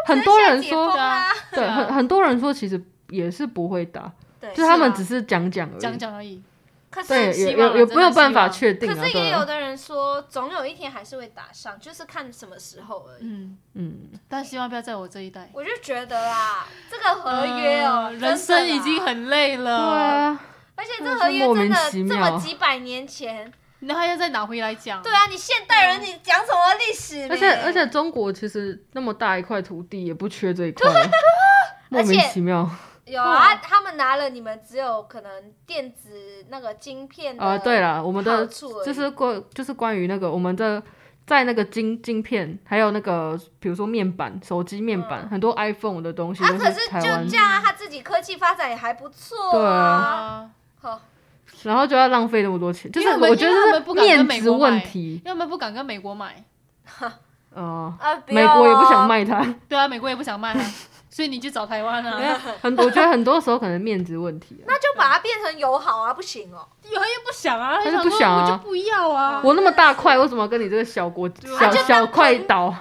[SPEAKER 1] 很多人
[SPEAKER 2] 现在解封
[SPEAKER 1] 说，
[SPEAKER 2] 啦，
[SPEAKER 1] 对，
[SPEAKER 3] 对啊
[SPEAKER 1] 很很多人说其实也是不会打，
[SPEAKER 2] 对，
[SPEAKER 1] 就是他们
[SPEAKER 3] 是啊
[SPEAKER 1] 只是讲讲而
[SPEAKER 3] 讲
[SPEAKER 1] 已。
[SPEAKER 3] 讲而已。
[SPEAKER 2] 可是
[SPEAKER 1] 对，
[SPEAKER 3] 希
[SPEAKER 1] 也也
[SPEAKER 3] 望啦
[SPEAKER 1] 也
[SPEAKER 3] 真
[SPEAKER 1] 没
[SPEAKER 3] 的
[SPEAKER 1] 有办
[SPEAKER 3] 希
[SPEAKER 1] 法
[SPEAKER 3] 望
[SPEAKER 1] 确定
[SPEAKER 2] 可
[SPEAKER 1] 啊。
[SPEAKER 2] 是
[SPEAKER 1] 对
[SPEAKER 2] 也有
[SPEAKER 1] 啊，
[SPEAKER 2] 的人说，总有一天还是会打上，就是看什么时候而已。
[SPEAKER 3] 嗯，
[SPEAKER 1] 嗯，
[SPEAKER 3] 但希望不要在我这一代。
[SPEAKER 2] 我就觉得啦，这个合约哦，
[SPEAKER 1] 呃
[SPEAKER 3] 嗯
[SPEAKER 2] 真的啦
[SPEAKER 3] 人生已经，很累
[SPEAKER 1] 对
[SPEAKER 3] 了，
[SPEAKER 1] 啊，
[SPEAKER 2] 而且这合
[SPEAKER 1] 真的
[SPEAKER 2] 约真的
[SPEAKER 1] 是莫名其
[SPEAKER 2] 这
[SPEAKER 1] 妙啊
[SPEAKER 2] 么几百年前，
[SPEAKER 3] 然后要再拿回来讲。
[SPEAKER 2] 对啊，你现代人你讲什么历史嘞？
[SPEAKER 1] 嗯而且而且中国其实那么大一块土地也不缺这一 块啊，莫
[SPEAKER 2] 而
[SPEAKER 1] 名
[SPEAKER 2] 且
[SPEAKER 1] 其妙
[SPEAKER 2] 有啊，他们拿了你们只有可能电子那个晶片的
[SPEAKER 1] 啊。对啦，我们
[SPEAKER 2] 好
[SPEAKER 1] 的
[SPEAKER 2] 处而已，
[SPEAKER 1] 就是关就是关于那个我们的。在那个晶晶片，还有那个比如说面板、手机面板，
[SPEAKER 2] 嗯
[SPEAKER 1] 很多 iPhone 的东西
[SPEAKER 2] 啊，
[SPEAKER 1] 都
[SPEAKER 2] 可是
[SPEAKER 1] 台
[SPEAKER 2] 就
[SPEAKER 1] 湾
[SPEAKER 2] 这，样啊，他自己科技发展也还不错
[SPEAKER 1] 对
[SPEAKER 2] 啊。
[SPEAKER 3] 啊，
[SPEAKER 2] 好，
[SPEAKER 1] 然后就要浪费那么多钱，就是
[SPEAKER 3] 因为他们
[SPEAKER 1] 我觉
[SPEAKER 3] 因为他
[SPEAKER 1] 得
[SPEAKER 3] 们不
[SPEAKER 1] 是
[SPEAKER 3] 敢跟
[SPEAKER 1] 面
[SPEAKER 3] 美
[SPEAKER 1] 子
[SPEAKER 3] 国
[SPEAKER 1] 问
[SPEAKER 3] 买
[SPEAKER 1] 题，
[SPEAKER 3] 要么不敢跟美国买，
[SPEAKER 1] 哦、
[SPEAKER 2] 啊，不
[SPEAKER 1] 美
[SPEAKER 2] 要
[SPEAKER 1] 国也不想
[SPEAKER 2] 哦。
[SPEAKER 1] 卖它，
[SPEAKER 3] 对啊，美国也不想 卖啊，所以你去找台湾啊，
[SPEAKER 1] 很我觉得很多时候可能面子问题、啊。
[SPEAKER 2] 那就把它变成友好啊，不行哦，
[SPEAKER 3] 有人又不想啊，
[SPEAKER 1] 他就
[SPEAKER 3] 想
[SPEAKER 1] 不
[SPEAKER 3] 说
[SPEAKER 1] 想啊
[SPEAKER 3] 我就不要啊，
[SPEAKER 1] 我那么大块，为什么要跟你这个小国小
[SPEAKER 2] 啊就当
[SPEAKER 1] 小块岛？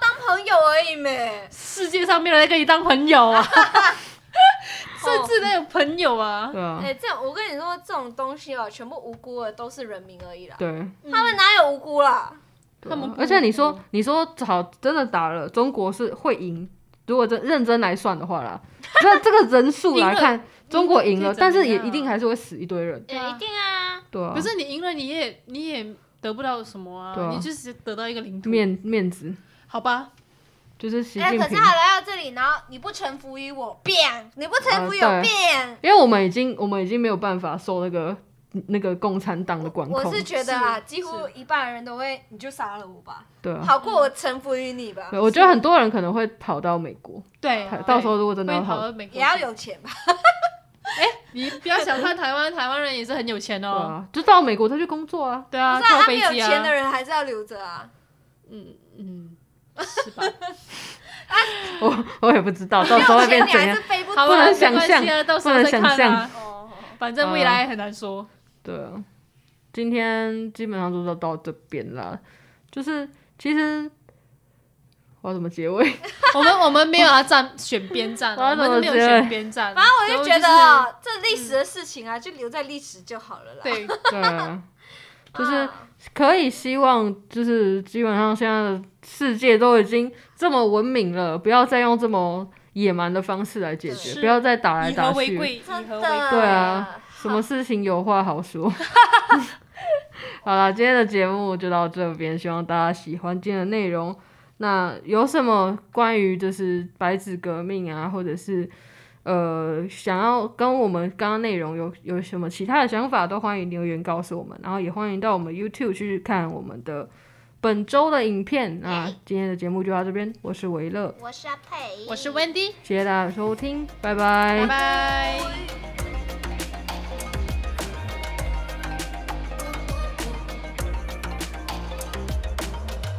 [SPEAKER 2] 当朋友而已没。
[SPEAKER 3] 世界上没有人跟你当朋 友啊， 甚至能有朋友啊。
[SPEAKER 1] 对啊
[SPEAKER 2] 哎、，这种我跟你说，这种东西哦，全部无辜的都是人民而已啦。
[SPEAKER 1] 对。
[SPEAKER 2] 他们哪有无辜啦？
[SPEAKER 1] 对啊
[SPEAKER 3] 他们不
[SPEAKER 1] 而且你
[SPEAKER 3] 无
[SPEAKER 1] 说
[SPEAKER 3] 辜，
[SPEAKER 1] 你说好，真的打了，中国是会赢。如果真认真来算的话啦，那这个人数来看，中国赢了，
[SPEAKER 3] 可以怎么
[SPEAKER 1] 但是也
[SPEAKER 3] 样
[SPEAKER 1] 一定还是会死一堆人，
[SPEAKER 3] 对啊
[SPEAKER 2] 一定啊，
[SPEAKER 1] 对啊。
[SPEAKER 3] 可是你赢了，你也你也得不到什么
[SPEAKER 1] 对
[SPEAKER 3] 啊，
[SPEAKER 1] 啊
[SPEAKER 3] 你就是得到一个领土，
[SPEAKER 1] 面面子
[SPEAKER 3] 好吧？
[SPEAKER 1] 就是习
[SPEAKER 2] 哎、
[SPEAKER 1] 近
[SPEAKER 2] 可是
[SPEAKER 1] 平，
[SPEAKER 2] 他来到这里，然后你不臣服于我，变，你不臣服于
[SPEAKER 1] 啊对
[SPEAKER 2] 我，变、
[SPEAKER 1] 因为我们已经我们已经没有办法受那个那个共产党的管控。
[SPEAKER 2] 我是觉得啊，
[SPEAKER 3] 是
[SPEAKER 2] 几乎一半的人都会，你就杀了我吧，
[SPEAKER 1] 对啊，
[SPEAKER 2] 好过我臣服于你吧
[SPEAKER 1] 对，我觉得很多人可能会跑到美国，
[SPEAKER 3] 对
[SPEAKER 1] 台
[SPEAKER 2] 啊，
[SPEAKER 1] 到时候如果真的
[SPEAKER 3] 会
[SPEAKER 1] 要
[SPEAKER 3] 跑
[SPEAKER 1] 跑，
[SPEAKER 3] 到美国去，
[SPEAKER 2] 也要有钱吧。
[SPEAKER 3] 你不要小看台湾，台湾人也是很有钱
[SPEAKER 1] 对
[SPEAKER 3] 哦。
[SPEAKER 1] 啊，就到美国再去工作啊。
[SPEAKER 3] 对啊，
[SPEAKER 2] 不是啊
[SPEAKER 3] 坐
[SPEAKER 2] 他们
[SPEAKER 3] 飞
[SPEAKER 2] 有
[SPEAKER 3] 机
[SPEAKER 2] 钱的
[SPEAKER 3] 啊，
[SPEAKER 2] 人还是要留着啊。
[SPEAKER 3] 嗯嗯，是吧？
[SPEAKER 1] 我我也不知道到
[SPEAKER 2] 没
[SPEAKER 1] 时候
[SPEAKER 2] 有
[SPEAKER 1] 会变
[SPEAKER 2] 钱你
[SPEAKER 1] 怎
[SPEAKER 2] 还
[SPEAKER 1] 样
[SPEAKER 2] 是。飞不走
[SPEAKER 3] 好
[SPEAKER 1] 不
[SPEAKER 3] 吧，
[SPEAKER 1] 能
[SPEAKER 3] 没关
[SPEAKER 1] 想
[SPEAKER 3] 系啊，到时
[SPEAKER 1] 不
[SPEAKER 3] 候
[SPEAKER 1] 能
[SPEAKER 3] 再
[SPEAKER 1] 想
[SPEAKER 3] 看
[SPEAKER 1] 象嗯
[SPEAKER 3] 啊。
[SPEAKER 2] 哦，
[SPEAKER 3] 反正未来很难说。
[SPEAKER 1] 对啊，今天基本上就是到这边啦。就是其实我要怎么结尾？
[SPEAKER 3] 我们我们没有要站选边站
[SPEAKER 1] 我要
[SPEAKER 3] 啊，我
[SPEAKER 1] 怎么
[SPEAKER 3] 们没有
[SPEAKER 1] 觉得
[SPEAKER 3] 选边站。
[SPEAKER 2] 反正我就觉得
[SPEAKER 3] 然后
[SPEAKER 2] 哦这历史的事情啊，就留在历史就好了啦。
[SPEAKER 3] 就是，对，
[SPEAKER 1] 对啊，就是
[SPEAKER 2] 啊
[SPEAKER 1] 可以希望，就是基本上现在的世界都已经这么文明了，不要再用这么野蛮的方式来解决，
[SPEAKER 3] 是
[SPEAKER 1] 不要再打来
[SPEAKER 3] 以和
[SPEAKER 1] 打
[SPEAKER 3] 为
[SPEAKER 1] 去。
[SPEAKER 3] 贵，以和为
[SPEAKER 2] 真
[SPEAKER 3] 贵。
[SPEAKER 2] 的
[SPEAKER 1] 对啊，什么事情有话好说。 好啦，今天的节目就到这边，希望大家喜欢今天的内容。那有什么关于就是白纸革命啊，或者是呃想要跟我们刚刚内容有有什么其他的想法，都欢迎留言告诉我们。然后也欢迎到我们 YouTube 去看我们的本周的影片。那今天的节目就到这边，我是维乐，
[SPEAKER 2] 我是阿佩
[SPEAKER 3] 我是 Wendy，
[SPEAKER 1] 谢谢大家的收听，
[SPEAKER 3] 拜拜。